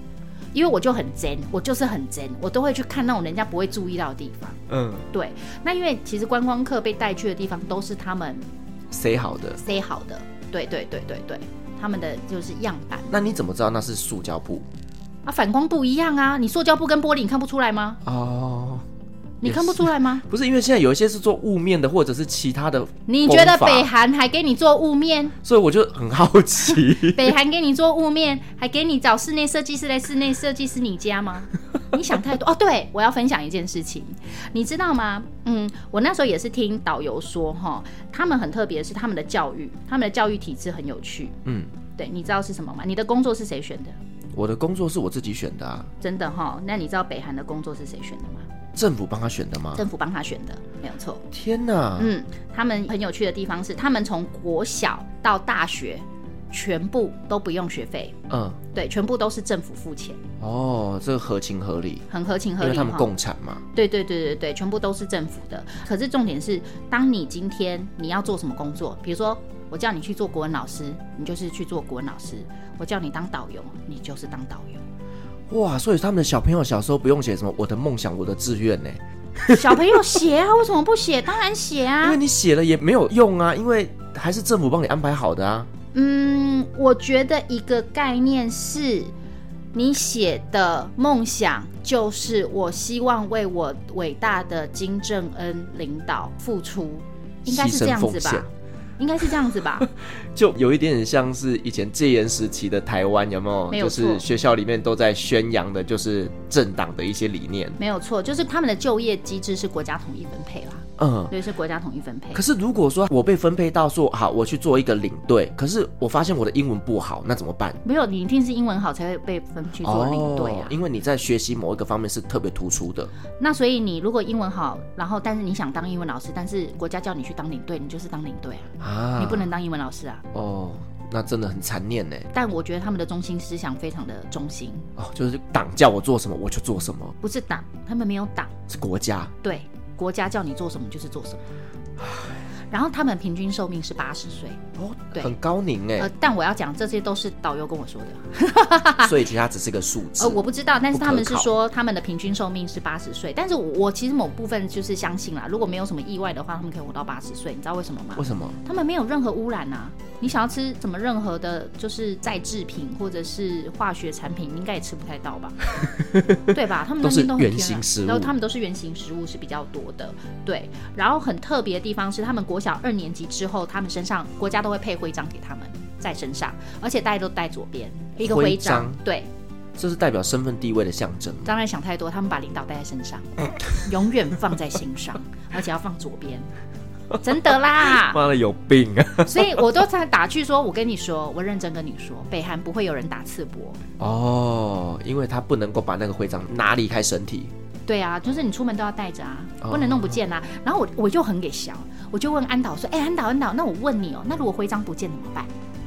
C: 因为我就很真，我就是很真，我都会去看那种人家不会注意到的地方。
B: 嗯，
C: 对，那因为其实观光客被带去的地方都是他们
B: 塞好的。
C: 塞好的，对对对对对，他们的就是样板
B: 那你怎么知道那是塑胶布？
C: 啊，反光不一样啊，你塑胶布跟玻璃你看不出来吗？
B: 哦，
C: 你看不出来吗？
B: 不是，因为现在有一些是做雾面的，或者是其他的，
C: 你觉得
B: 风法
C: 北韩还给你做雾面，
B: 所以我就很好奇。
C: 北韩给你做雾面，还给你找室内设计师来室内设计师你家吗？你想太多哦。对，我要分享一件事情，你知道吗？嗯，我那时候也是听导游说哈，他们很特别，是他们的教育，他们的教育体制很有趣。
B: 嗯，
C: 对，你知道是什么吗？你的工作是谁选的？
B: 我的工作是我自己选的啊，
C: 真的哈？那你知道北韩的工作是谁选的吗？
B: 政府帮他选的吗？
C: 政府帮他选的，没有错。
B: 天哪！
C: 嗯，他们很有趣的地方是，他们从国小到大学全部都不用学费，
B: 嗯，
C: 对，全部都是政府付钱，
B: 哦，这个合情合理，
C: 很合情合
B: 因为
C: 理
B: 他们
C: 哈
B: 共产嘛，
C: 对对对对对，全部都是政府的。可是重点是，当你今天你要做什么工作，比如说我叫你去做国文老师，你就是去做国文老师；我叫你当导游，你就是当导游。
B: 哇，所以他们的小朋友小时候不用写什么我的梦想、我的志愿呢，
C: 小朋友写啊，为什么不写？当然写
B: 因
C: 啊
B: 为。你写了也没有用啊，因为还是政府帮你安排好的啊。
C: 嗯，我觉得一个概念是。你写的梦想就是我希望为我伟大的金正恩领导付出，应该是这样子
B: 牺牲奉献
C: 吧？应该是这样子吧？
B: 就有一点点像是以前戒严时期的台湾，有没有？
C: 没有
B: 就
C: 错
B: 是学校里面都在宣扬的，就是政党的一些理念。
C: 没有错，就是他们的就业机制是国家统一分配啦，
B: 嗯，
C: 对，是国家统一分配
B: 可。是如果说我被分配到说好，我去做一个领队，可是我发现我的英文不好，那怎么办？哦
C: 没有，你一定是英文好才会被分去做领队啊。
B: 因为你在学习某一个方面是特别突出的，
C: 那所以你如果英文好，然后但是你想当英文老师，但是国家叫你去当领队，你就是当领队啊，
B: 啊，
C: 你不能当英文老师啊。
B: 哦，那真的很残念呢。
C: 但我觉得他们的中心思想非常的中心，
B: 哦，就是党叫我做什么我就做什么，
C: 不是党，他们没有党，
B: 是国家
C: 对，国家叫你做什么就是做什么。然后他们平均寿命是八十岁，
B: 哦，
C: 对
B: 很高龄
C: 呃
B: 哎，，
C: 但我要讲这些都是导游跟我说的。
B: 所以其实它只是个数字。
C: 呃，我不知道，但是
B: 不
C: 他
B: 可
C: 们是
B: 考
C: 说他们的平均寿命是八十岁，但是我我其实某部分就是相信啦，如果没有什么意外的话，他们可以活到八十岁，你知道为什么吗
B: 为？什么？
C: 他们没有任何污染啊！你想要吃什么任何的，就是再制品或者是化学产品，你应该也吃不太 到吧？对吧？他们
B: 都
C: 那边都
B: 是
C: 很
B: 原
C: 天
B: 形
C: 然
B: 食物
C: 然后他们都是原型食物是比较多的。对，然后很特别的地方是，他们国小二年级之后，他们身上国家都会配徽章给他们在身上，而且大家都带左边一个
B: 徽
C: 徽章
B: 章
C: 对，
B: 这是代表身份地位的象征吗。
C: 当然想太多，他们把领导带在身上，永远放在心上，而且要放左边，真的啦。
B: 妈的有病啊！
C: 所以我都在打趣说，我跟你说，我认真跟你说，北韩不会有人打赤膊。
B: 哦，因为他不能够把那个徽章拿离开身体。
C: 对啊，就是你出门都要带着啊，
B: 哦
C: 不能弄不见啊。然后我我就很给笑，我就问安导说，哎、安导安导，那我问你哦，那如果徽章不见怎么办？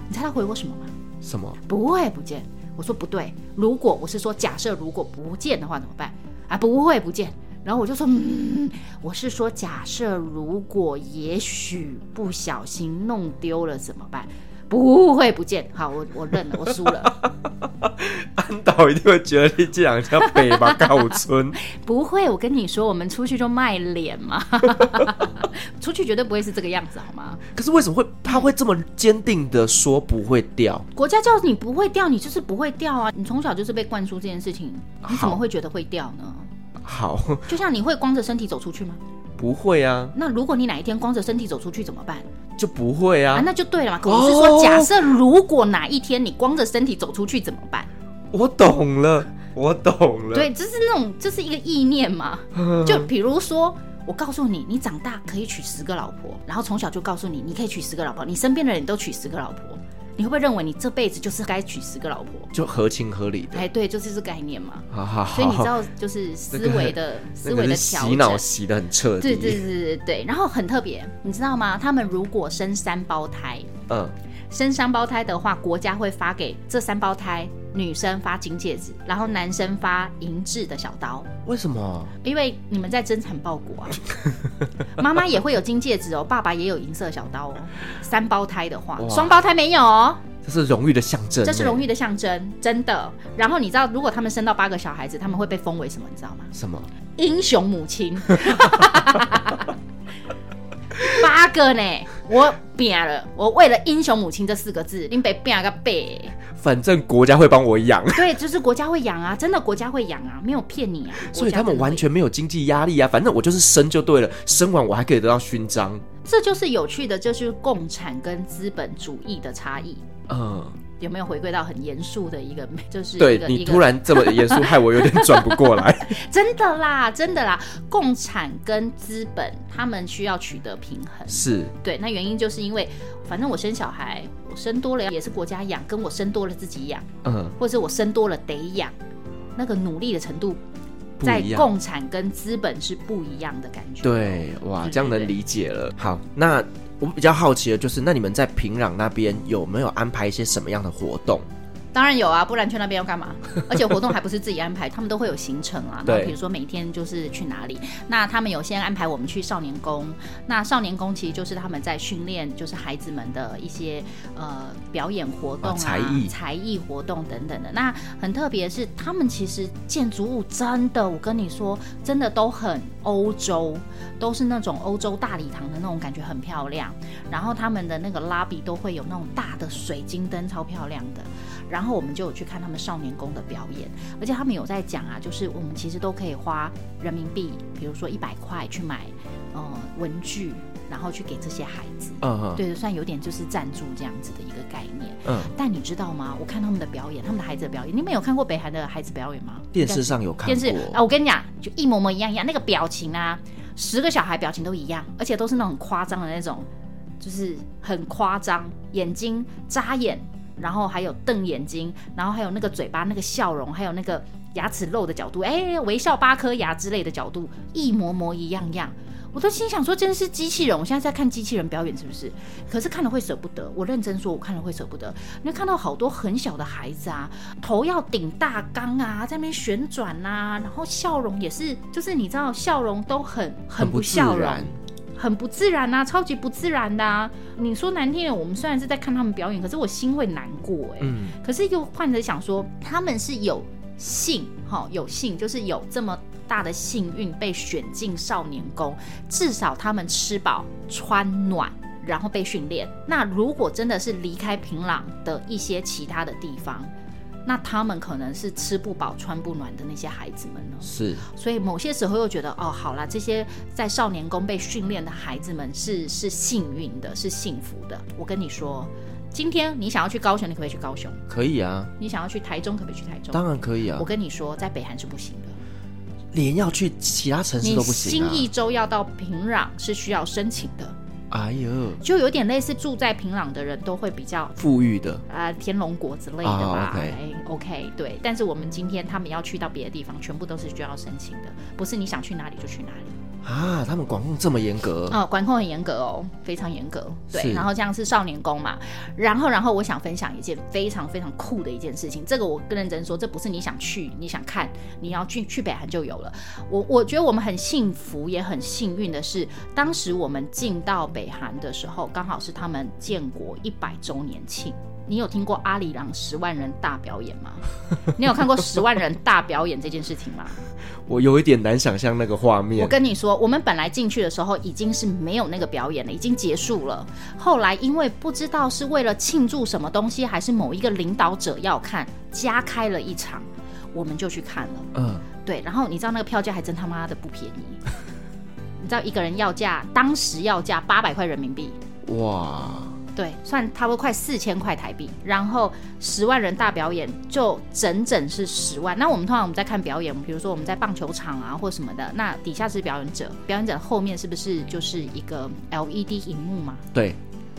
C: 你猜他回我什么吗？
B: 什么？
C: 不会不见。我说不对，如果我是说假设如果不见的话怎么办？啊，不会不见。然后我就说，嗯，我是说假设如果也许不小心弄丢了怎么办？不会不见。好，我我认了，我输了。
B: 安导一定会觉得你这两家北吧告村。
C: 不会，我跟你说，我们出去就卖脸嘛， 出去绝对不会是这个样子，好吗？
B: 可是为什么会他会这么坚定的说不会掉？
C: 国家叫你不会掉，你就是不会掉啊！你从小就是被灌输这件事情，你怎么会觉得会掉呢？
B: 好，
C: 就像你会光着身体走出去吗？
B: 不会啊，
C: 那如果你哪一天光着身体走出去怎么办
B: 就不会
C: 啊？
B: 啊。
C: 那就对了嘛。可我是说，假设如果哪一天你光着身体走出去怎么办？
B: 我懂了，我懂了。
C: 对，这是那种，这是一个意 念嘛。就比如说，我告诉你，你长大可以娶十个老婆，然后从小就告诉你，你可以娶十个老婆，你身边的人都娶十个老婆，你会不会认为你这辈子就是该娶十个老 婆？
B: 就合情合理的。
C: 哎，对，就是这概念嘛。
B: 好好
C: 所以你知
B: 好，
C: 道，就是思
B: 那个
C: 维的、思
B: 那
C: 维
B: 个
C: 的
B: 是
C: 调
B: 洗
C: 整。
B: 脑洗的很彻
C: 对
B: 底。
C: 对对对对，然后很特别，你知道吗？他们如果生三胞胎，
B: 嗯，
C: 生三胞胎的话，国家会发给这三胞胎女生发金戒指，然后男生发银质的小刀，
B: 为什么？
C: 因为你们在争产报国啊。 妈妈也会有金戒指哦，爸爸也有银色小刀哦。三胞胎的话，
B: 哇
C: 双胞胎没有哦，
B: 这是荣誉的象征。
C: 这是荣
B: 誉。
C: 誉的象征，真的。然后你知道，如果他们生到八个小孩子，他们会被封为什么？你知道吗？
B: 欸什么？
C: 英雄母亲。 八个呢，我拼了，我为了“英雄母亲”这四个字，你被拼个背。
B: 反正国家会帮我 养，
C: 对，就是国家会养啊，真的国家会养啊，没有骗你啊。
B: 所以他
C: 国家真
B: 们
C: 的
B: 完
C: 会
B: 全没有经济压力啊。反正我就是生就对了，生完我还可以得到勋章。
C: 这就是有趣的，这就是共产跟资本主义的差异。
B: 嗯，
C: 有没有回归到很严肃的一个， 就是一
B: 对
C: 个
B: 你
C: 一个
B: 突然这么严肃，害我有点转不过 来。
C: 真的啦，真的啦，共产跟资本他们需要取得平衡。
B: 是，
C: 对，那原因就是因为，反正我生小孩，我生多了也是国家养，跟我生多了自己养，
B: 嗯，
C: 或者我生多了得养，那个努力的程度
B: 不
C: 在
B: 一样
C: 共产跟资本是不一样的感觉。
B: 对，哇，
C: 对
B: 这样
C: 对
B: 能
C: 对
B: 理解了。好，那我比较好奇的就是，那你们在平壤那边有没有安排一些什么样的活动？
C: 当然有啊，不然去那边要干嘛？而且活动还不是自己安排，他们都会有行程啊。
B: 对
C: 那比如说每天就是去哪里，那他们有先安排我们去少年宫。那少年宫其实就是他们在训练，就是孩子们的一些呃表演活动啊、
B: 啊才艺
C: 才艺活动等等的。那很特别是，他们其实建筑物真的，我跟你说，真的都很欧洲，都是那种欧洲大礼堂的那种感觉，很漂亮。然后他们的那个 lobby 都会有那种大的水晶灯，超漂亮的。然后我们就有去看他们少年宫的表演，而且他们有在讲啊，就是我们其实都可以花人民币，比如说一百块去买呃文具，然后去给这些孩子。
B: 嗯哼，
C: 对，算有点就是赞助这样子的一个概念。
B: 嗯，
C: 但你知道吗？我看他们的表演，他们的孩子的表演，你们有看过北韩的孩子表演吗？
B: 电视上有看过，
C: 电视啊，我跟你讲，就一模模一样一样，那个表情啊，十个小孩表情都一样，而且都是那种夸张的那种，就是很夸张，眼睛眨眼，然后还有瞪眼睛，然后还有那个嘴巴那个笑容，还有那个牙齿露的角度，哎，微笑八颗牙之类的角度，一模模一样样。我都心想说，真的是机器人！我现在在看机器人表演，是不是？可是看了会舍不得。我认真说，我看了会舍不得。你会看到好多很小的孩子啊，头要顶大缸啊，在那边旋转呐、然后笑容也是，就是你知道，笑容都很很
B: 不
C: 不
B: 自
C: 笑容，
B: 然。
C: 很不自然呐、超级不自然的、啊。你说难听点，我们虽然是在看他们表演，可是我心会难过哎、
B: 嗯，
C: 可是又换着想说，他们是有幸哈、有幸就是有这么大的幸运被选进少年宫，至少他们吃饱穿暖。然后被训练。那如果真的是离开平壤的一些其他的地方，那他们可能是吃不饱穿不暖的那些孩子们呢？
B: 是
C: 所以某些时候又觉得，哦，好啦，这些在少年宫被训练的孩子们是是幸运的，是幸福的。我跟你说，今天你想要去高雄，你可不可以去高雄？
B: 可以啊，
C: 你想要去台中，可不可以去台中？
B: 当然可以啊
C: 我，跟你说，在北韩是不行的。
B: 连要去其他城市
C: 你
B: 都不行
C: 新
B: 啊。
C: 一周要到平壤是需要申请的，
B: 哎呦，
C: 就有点类似住在平壤的人都会比较
B: 富裕的
C: 啊，天龙国之类的
B: 哦
C: 吧。
B: ，OK
C: 哎 OK，对。但是我们今天他们要去到别的地方，全部都是需要申请的，不是你想去哪里就去哪里。
B: 啊，他们管控这么严格，
C: 哦，管控很严格哦，非常严格。
B: 是
C: 对，然后这样是少年宫嘛，然后然后我想分享一件非常非常酷的一件事情，这个我更认真说，这不是你想去你想看，你要去去北韩就有了。我我觉得我们很幸福也很幸运的是，当时我们进到北韩的时候，刚好是他们建国一百周年庆。你有听过阿里郎十万人大表演吗？ 你有看过十万人大表演这件事情吗？
B: 我有一点难想象那个画面。
C: 我跟你说，我们本来进去的时候已经是没有那个表演了，已经结束了。后来因为不知道是为了庆祝什么东西，还是某一个领导者要看，加开了一场，我们就去看了。
B: 嗯，
C: 对，然后你知道那个票价还真他妈的不便宜，你知道一个人要价，当时要价八百块人民币。
B: 哇，
C: 对，算差不多快四千块台币，然后十万人大表演就整整是十万。那我们通常我们在看表演，比如说我们在棒球场啊或什么的，那底下是表演者，表演者后面是不是就是一个 LED 荧幕嘛？
B: 对，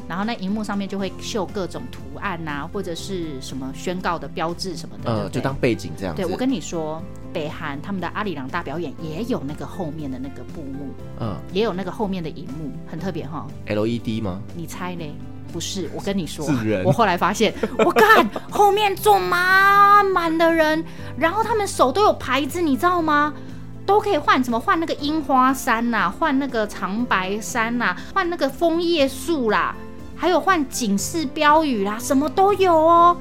C: 然后那荧幕上面就会秀各种图案呐、或者是什么宣告的标志什么的，对
B: 呃，
C: 不
B: 就
C: 对
B: 当背景这样子。
C: 对我跟你说，北韩他们的阿里郎大表演也有那个后面的那个布幕，
B: 嗯
C: 也有那个后面的荧幕，很特别哈、
B: LED 吗？
C: 你猜呢？不是，我跟你说
B: 是人，
C: 我后来发现， 我看后面坐满满的人，然后他们手都有牌子，你知道吗？都可以换，怎么换那个樱花衫呐、换那个长白山呐、换那个枫叶树啦，还有换警示标语啦，什么都有哦。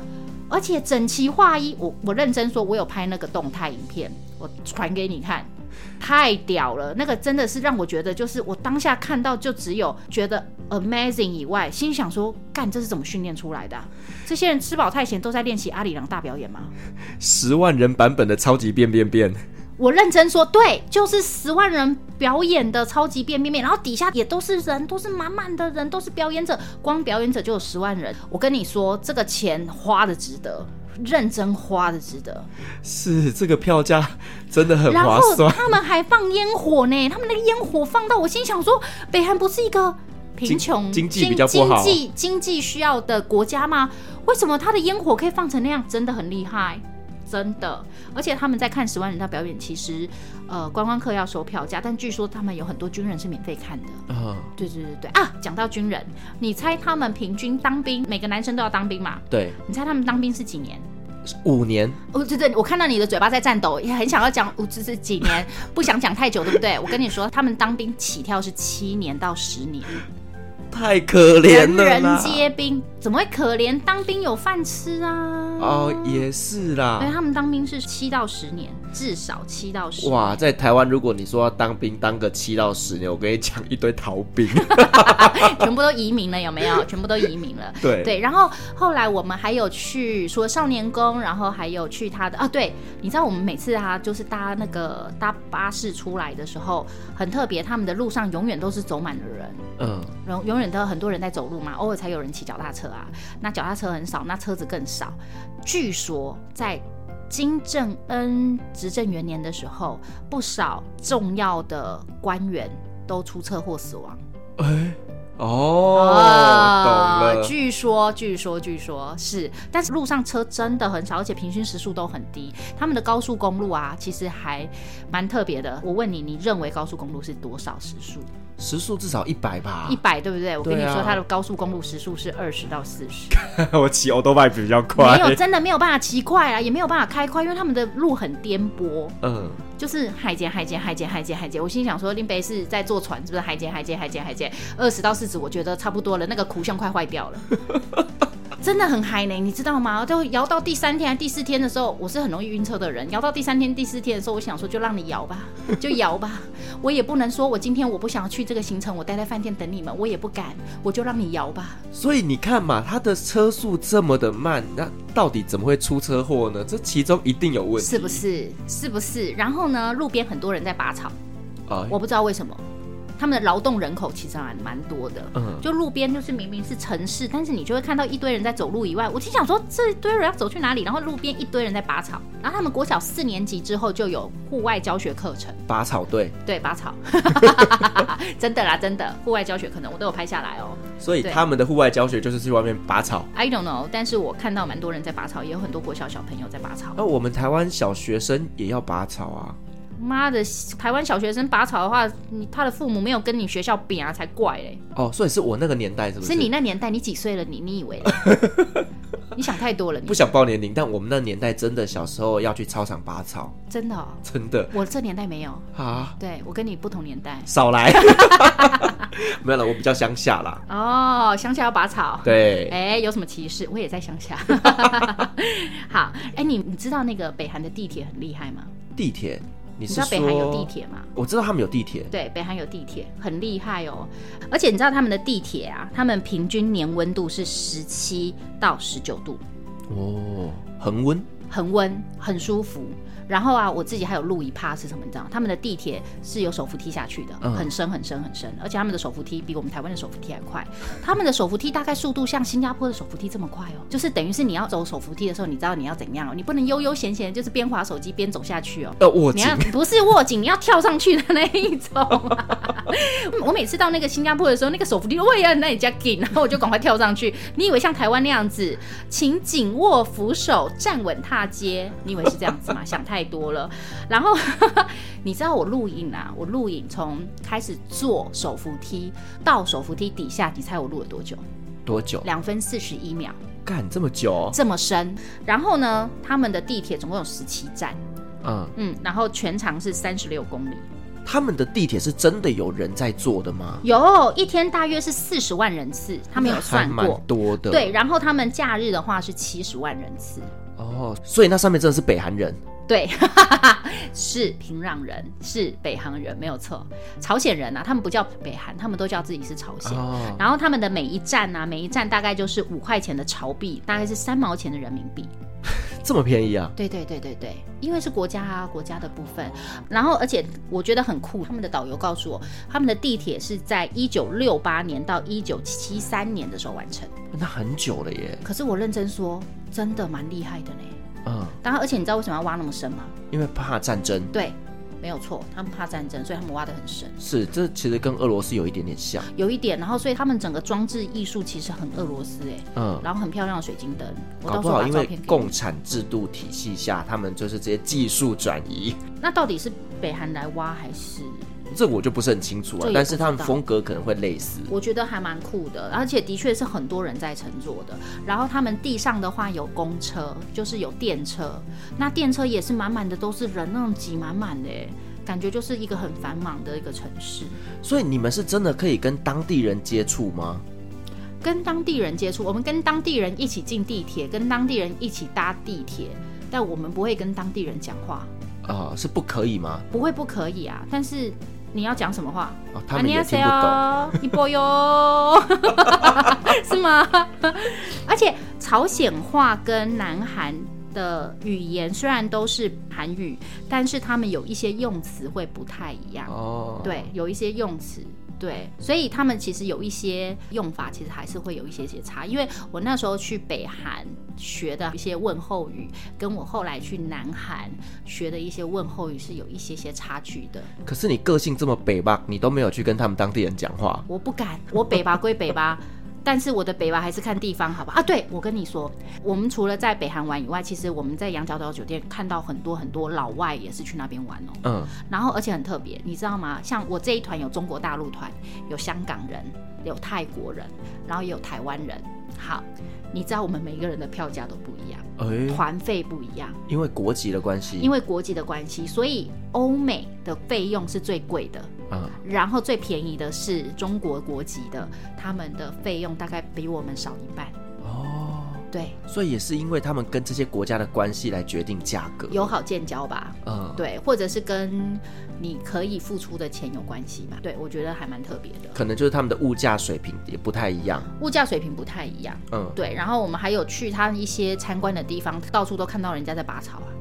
C: 而且整齐划一，我我认真说，我有拍那个动态影片，我传给你看，太屌了！那个真的是让我觉得，就是我当下看到就只有觉得 amazing 以外，心想说，干这是怎么训练出来的啊、这些人吃饱太闲都在练习阿里郎大表演吗？
B: 十万人版本的超级变变变，
C: 我认真说，对，就是十万人表演的超级变变变，然后底下也都是人，都是满满的人，都是表演者，光表演者就有十万人。我跟你说，这个钱花的值得，认真花的值得。
B: 是这个票价真的很
C: 然
B: 划
C: 后
B: 算。
C: 他们还放烟火呢，他们那个烟火放到我心想说，北韩不是一个贫穷、
B: 经经济比较不好
C: 经济经济需要的国家吗？为什么他的烟火可以放成那样？真的很厉害。真的。而且他们在看十万人道表演，其实呃观光客要收票价，但据说他们有很多军人是免费看的。
B: 啊，
C: 对对对对啊！讲到军人，你猜他们平均当兵，每个男生都要当兵嘛？
B: 对，
C: 你猜他们当兵是几年？
B: 五年
C: 哦，对对，我看到你的嘴巴在颤抖，也很想要讲，哦，这是几年， 不想讲太久，对不对？我跟你说，他们当兵起跳是七年到十年，
B: 太可怜
C: 人
B: 了
C: 人
B: 啦。
C: 皆兵，怎么会可怜？当兵有饭吃啊！
B: 哦，也是
C: 对
B: 啦。
C: 他们当兵是七到十年，至少七到十。
B: 哇，！在台湾，如果你说要当兵当个七到十年，我跟你讲一堆逃 兵。
C: 全部都移民了，有没有？全部都移民了。
B: 对
C: 对，然后后来我们还有去除了少年宫，然后还有去他的啊，对，你知道我们每次啊，就是搭那个搭巴士出来的时候，很特别，他们的路上永远都是走满了人。
B: 嗯，
C: 永永远都有很多人在走路嘛，偶尔才有人骑脚踏车啊。那脚踏车很少，那车子更少。据说在金正恩执政元年的时候，不少重要的官员都出车祸死亡。
B: 哎，哦，
C: 啊
B: 懂哦了。
C: 据说，据说，据说是，但是路上车真的很少，而且平均时速都很低。他们的高速公路啊，其实还蛮特别的。我问你，你认为高速公路是多少时速？
B: 时速至少一百吧
C: 一。百、对不对？我跟你
B: 对啊
C: 说，它的高速公路时速是二十到四十，
B: 我骑 o l d b i k e 比较 快
C: 没。有真的没有办法骑快啊啦，也没有办法开快，因为他们的路很颠簸，
B: 嗯，
C: 就是海杰海杰海杰海杰海杰。我心想说，林北是在坐船，是不是海杰海杰海杰海杰？二十到四十，我觉得差不多了，那个苦相快坏 掉了。真的很嗨呢，你知道吗？就摇到第三天、还第四天的时候，我是很容易晕车的人。摇到第三天、第四天的时候，我想说就让你摇吧，就摇吧。我也不能说我今天我不想去这个行程，我待在饭店等你们，我也不敢，我就让你摇吧。
B: 所以你看嘛，他的车速这么的慢，那到底怎么会出车祸呢？这其中一定有问题，
C: 是不？是？是不是？然后呢，路边很多人在拔草，
B: 啊，
C: 我不知道为什么，他们的劳动人口其实还蛮多的。
B: 嗯，
C: 就路边就是明明是城市，但是你就会看到一堆人在走路以外，我心想说这一堆人要走去哪里？然后路边一堆人在拔草，然后他们国小四年级之后就有户外教学课程，
B: 拔草队，
C: 对，拔草，真的啦，真的，户外教学可能我都有拍下来哦。
B: 所以
C: 对
B: 他们的户外教学就是去外面拔草。
C: I don't know，但是我看到蛮多人在拔草，也有很多国小小朋友在拔草。
B: 那我们台湾小学生也要拔草啊？
C: 妈的，台湾小学生拔草的话，你他的父母没有跟你学校比啊，才怪嘞！
B: 哦，所以是我那个年代是不是？
C: 是你那年代，你几岁了？你你 以为？你想太多了，你
B: 不想报年龄，但我们那年代真的小时候要去操场拔草，
C: 真的、哦，
B: 真的
C: 我这年代没有。
B: 啊，
C: 对我跟你不同年代
B: 少来。 没有了，我比较乡下啦。
C: 哦，乡下要拔草。
B: 对，
C: 哎，有什么歧视？我也在乡下。好，哎，你你知道那个北韩的地铁很厉害吗？
B: 地铁，你
C: 你
B: 是
C: 知道北韩有地？铁吗？
B: 我知道他们有地铁。
C: 对，北韩有地铁，很厉害哦。而且你知道他们的地铁啊，他们平均年温度是十七到十九度，
B: 哦，恒温
C: 恒温，很舒服。然后啊，我自己还有录一趴是什么？你知道，他们的地铁是有手扶梯下去的，
B: 嗯
C: 很深很深很深，而且他们的手扶梯比我们台湾的手扶梯还快。他们的手扶梯大概速度像新加坡的手扶梯这么快哦，就是等于是你要走手扶梯的时候，你知道你要怎样哦，你不能悠悠闲闲，就是边滑手机边走下去哦。
B: 要握
C: 你
B: 呃紧
C: 要不是握紧，你要跳上去的那一种、啊 我每次到那个新加坡的时候，那个手扶梯我也要那里加紧，然后我就赶快跳上去。你以为像台湾那样子，请紧握扶手，站稳踏阶？你以为是这样子吗？ 想太多了。然后 你知道我录影啊，我录影从开始坐手扶梯到手扶梯底下，你猜我录了多久？
B: 多久？
C: 两分四十一秒，
B: 干这么久哦？
C: 这么深。然后呢，他们的地铁总共有十七站，
B: 嗯，
C: 嗯，然后全长是三十六公里。
B: 他们的地铁是真的有人在坐的吗？
C: 有一天大约是四十万人次，他们有算
B: 还
C: 过
B: 蛮。多的。
C: 对，，然后他们假日的话是七十万人次，
B: 哦，所以那上面真的是北韩人。
C: 对， 是平壤人，是北韩人，没有错。朝鲜人啊，他们不叫北韩，他们都叫自己是朝鲜。
B: 哦，
C: 然后他们的每一站啊，每一站大概就是五块钱的朝币，大概是三毛钱的人民币。
B: 这么便宜啊？
C: 对对对对对，因为是国家啊国家的部分，然后而且我觉得很酷，他们的导游告诉我，他们的地铁是在一九六八年到一九七三年的时候完成。
B: 那很久了耶。
C: 可是我认真说，真的蛮厉害的呢。
B: 嗯，
C: 当然，而且你知道为什么要挖那么深吗？
B: 因为怕战争。
C: 对，没没有错，他们怕战争，所以他们挖得很深。
B: 是，这其实跟俄罗斯有一点点像，
C: 有一点，然后所以他们整个装置艺术其实很俄罗斯哎、
B: 嗯，
C: 然后很漂亮的水晶灯，我
B: 搞
C: 到时
B: 不
C: 候
B: 好
C: 把
B: 因
C: 照
B: 为
C: 片给你
B: 共。产制度体系下，他们就是这些技术转移，
C: 那到底是北韩来挖还是？
B: 这我就不是很清楚
C: 这
B: 了
C: 也，
B: 但
C: 不
B: 是
C: 知
B: 他们
C: 道
B: 风格可能会类似。
C: 我觉得还蛮酷的，而且的确是很多人在乘坐的。然后他们地上的话有公车，就是有电车，那电车也是满满的都是人，那种挤满满的耶，感觉就是一个很繁忙的一个城市。
B: 所以你们是真的可以跟当地人接触吗？
C: 跟当地人接触，我们跟当地人一起进地铁，跟当地人一起搭地铁，但我们不会跟当地人讲话，
B: 啊、是不可以吗？
C: 不会不可以啊，但是。你要讲什么话？
B: 啊、他们也听不懂。
C: 懂。一波哦哟， 是吗？而且朝鲜话跟南韩的语言虽然都是韩语，但是他们有一些用词会不太一样。
B: 哦，
C: 对，有一些用词。对，所以他们其实有一些用法，其实还是会有一些些差。因为我那时候去北韩学的一些问候语，跟我后来去南韩学的一些问候语是有一些些差距的。
B: 可是你个性这么北吧，你都没有去跟他们当地人讲话。
C: 我不敢，我北伐归北伐，但是我的北伐还是看地方，好吧？啊，对，我跟你说，我们除了在北韩玩以外，其实我们在羊角岛酒店看到很多很多老外也是去那边玩哦。
B: 嗯，
C: 然后而且很特别，你知道吗？像我这一团有中国大陆团，有香港人，有泰国人，然后也有台湾人。好，你知道我们每一个人的票价都不一样，
B: 哎、
C: 团费不一样，
B: 因为国籍的关系，
C: 呃因
B: 为
C: 为国籍的关系，所以欧美的费用是最贵的。
B: 嗯，
C: 然后最便宜的是中国国籍的，他们的费用大概比我们少一半。
B: 哦，
C: 对，
B: 所以也是因为他们跟这些国家的关系来决定价格。
C: 友好建交吧，
B: 嗯，
C: 对，或者是跟你可以付出的钱有关系吧。对，我觉得还蛮特别的，
B: 可能就是他们的物价水平也不太一样。
C: 物价水平不太一样。
B: 嗯，
C: 对，然后我们还有去他一些参观的地方，到处都看到人家在拔草啊，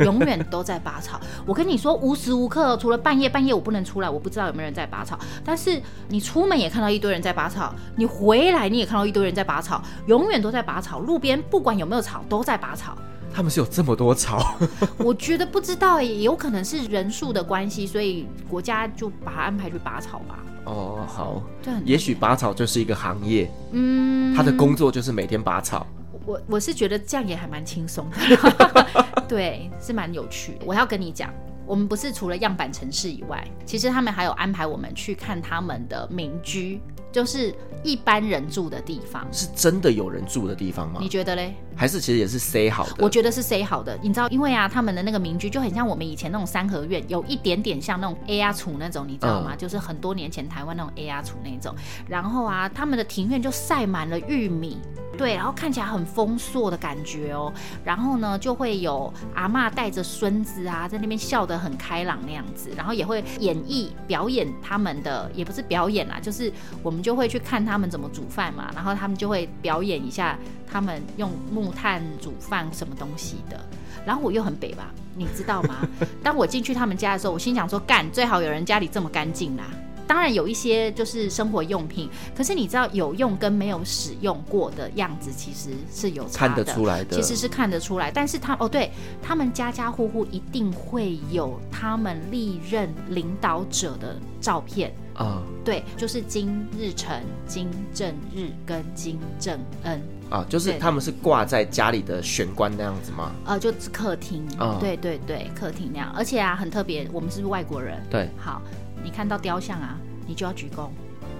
C: 永远都在拔草。我跟你说，无时无刻除了半夜，半夜我不能出来，我不知道有没有人在拔草。但是你出门也看到一堆人在拔草，你回来你也看到一堆人在拔草，永远都在拔草。路边不管有没有草，都在拔草。
B: 他们是有这么多草，
C: 我觉得不知道，也有可能是人数的关系，所以国家就把它安排去拔草吧。
B: 哦，好，
C: 这很
B: 也许拔草就是一个行业，
C: 嗯，
B: 他的工作就是每天拔草。
C: 我我是觉得这样也还蛮轻松的， 对，是蛮有趣的。我要跟你讲，我们不是除了样板城市以外，其实他们还有安排我们去看他们的民居，就是一般人住的地方。
B: 是真的有人住的地方吗
C: 你？觉得嘞？
B: 还是其实也是塞好的？
C: 我觉得是 say 好的，你知道，因为啊，他们的那个民居就很像我们以前那种三合院，有一点点像那种 AR 处那种，你知道吗？
B: 嗯
C: 就是很多年前台湾那种 AR 处那种。然后啊，他们的庭院就晒满了玉米，对，然后看起来很丰硕的感觉哦。然后呢，就会有阿嬷带着孙子啊，在那边笑得很开朗那样子，然后也会演绎表演他们的，也不是表演啦，就是我们就会去看他们怎么煮饭嘛，然后他们就会表演一下他们用木炭煮饭什么东西的。然后我又很北 吧，你知道吗？当我进去他们家的时候，我心想说，干，最好有人家里这么干净啦。当然有一些就是生活用品，可是你知道有用跟没有使用过的样子其实是有差
B: 看得
C: 的。
B: 出来的。
C: 其实是看得出来，但是他哦，对他们家家户户一定会有他们历任领导者的照片，
B: 啊
C: 对，就是金日成、金正日跟金正恩，
B: 啊，就是
C: 对
B: 他们是挂在家里的玄关那样子吗？
C: 呃，就是客厅，
B: 嗯
C: 对对对，客厅那样，而且啊，很特别，我们是外国人，
B: 对，
C: 好，你看到雕像啊，你就要鞠躬，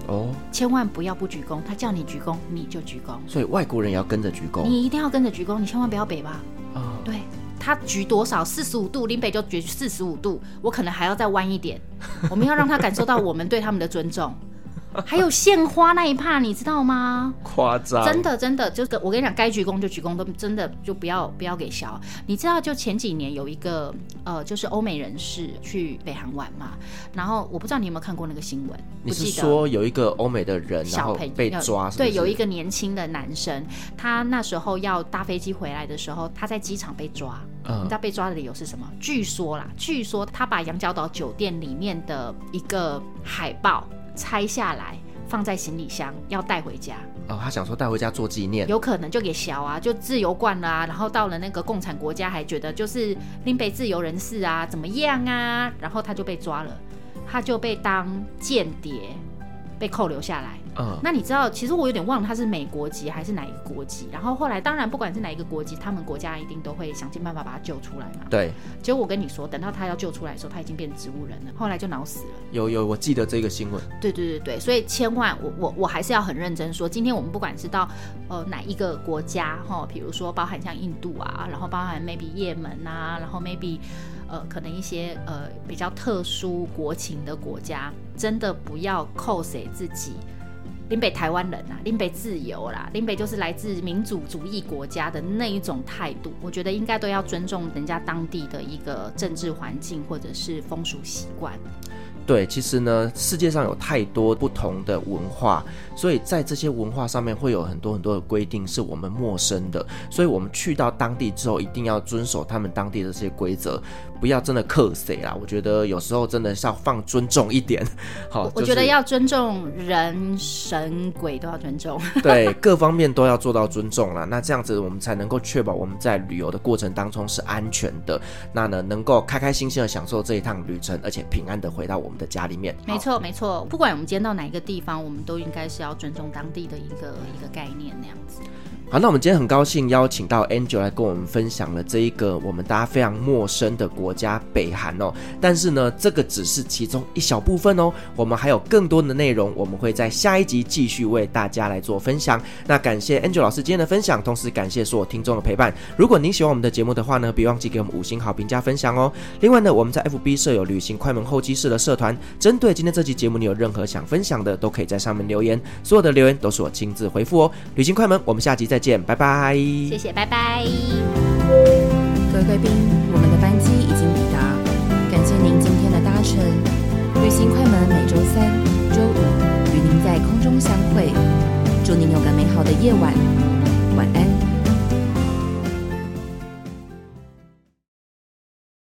B: 哦，
C: 千万不要不鞠躬，他叫你鞠躬你就鞠躬，
B: 所以外国人也要跟着鞠躬
C: 你一定要跟着鞠躬，你千万不要北吧。
B: 啊。
C: 对，他举多少？四十五度，林北就举四十五度，我可能还要再弯一点。我们要让他感受到我们对他们的尊重。还有献花那一趴，你知道吗？
B: 夸张，
C: 真的真的，就是我跟你讲，该鞠躬就鞠躬，都真的就不要不要给削。你知道，就前几年有一个呃，就是欧美人士去北韩玩嘛，然后我不知道你有没有看过那个新闻，
B: 你
C: 不
B: 是
C: 记得。
B: 说有一个欧美的人，然
C: 小
B: 后
C: 朋友
B: 被抓是不是？
C: 对，有一个年轻的男生，他那时候要搭飞机回来的时候，他在机场被抓。你
B: 嗯
C: 知道被抓的理由是什么？据说啦，据说他把羊角岛酒店里面的一个海报拆下来，放在行李箱要带回家。
B: 哦，他想说带回家做纪念。
C: 有可能就给小啊，就自由惯了啊，然后到了那个共产国家还觉得就是林北自由人士啊怎么样啊，然后他就被抓了，他就被当间谍被扣留下来。
B: 嗯，
C: 那你知道，其实我有点忘了他是美国籍还是哪一个国籍。然后后来，当然不管是哪一个国籍，他们国家一定都会想尽办法把他救出来嘛。
B: 对，
C: 结果我跟你说，等到他要救出来的时候，他已经变植物人了，后来就脑死了。
B: 有有，我记得这个新闻。
C: 对对对对，所以千万我我我还是要很认真说，今天我们不管是到呃哪一个国家哈，比如说包含像印度啊，然后包含 maybe 也门啊，然后 maybe 呃可能一些呃比较特殊国情的国家，真的不要扣谁自己。林北台湾人啊，林北自由啦，林北就是来自民主主义国家的那一种态度，我觉得应该都要尊重人家当地的一个政治环境或者是风俗习惯。
B: 对，其实呢，世界上有太多不同的文化，所以在这些文化上面会有很多很多的规定是我们陌生的，所以我们去到当地之后，一定要遵守他们当地的这些规则，不要真的克谁啦。我觉得有时候真的是要放尊重一 点，好，
C: 我
B: 就
C: 觉得
B: 是
C: 要尊重人、神、鬼都要 尊重。
B: 对各方面都要做到尊重啦。那这样子我们才能够确保我们在旅游的过程当中是安全的，那呢能够开开心心的享受这一趟旅程，而且平安的回到我们的家里面。
C: 没
B: 好
C: 错，没错。不管我们今天到哪一个地方，我们都应该是要尊重当地的一个一个概念那样
B: 嗯
C: 子。
B: 好，那我们今天很高兴邀请到 Angel 来跟我们分享了这一个我们大家非常陌生的国家北韩哦。但是呢，这个只是其中一小部分哦，我们还有更多的内容，我们会在下一集继续为大家来做分享。那感谢 Angel 老师今天的分享，同时感谢所有听众的陪伴。如果您喜欢我们的节目的话呢，别忘记给我们五星好评加分享哦。另外呢，我们在 FB 设有旅行快门候机室的社团，针对今天这期节目，你有任何想分享的，都可以在上面留言，所有的留言都是我亲自回复哦。旅行快门，我们下集再见，拜拜。
C: 谢谢，拜拜。
A: 各位贵宾，我们的班机已经抵达，感谢您今天的搭乘。旅行快门每周三、周五与您在空中相会，祝您有个美好的夜晚，晚安。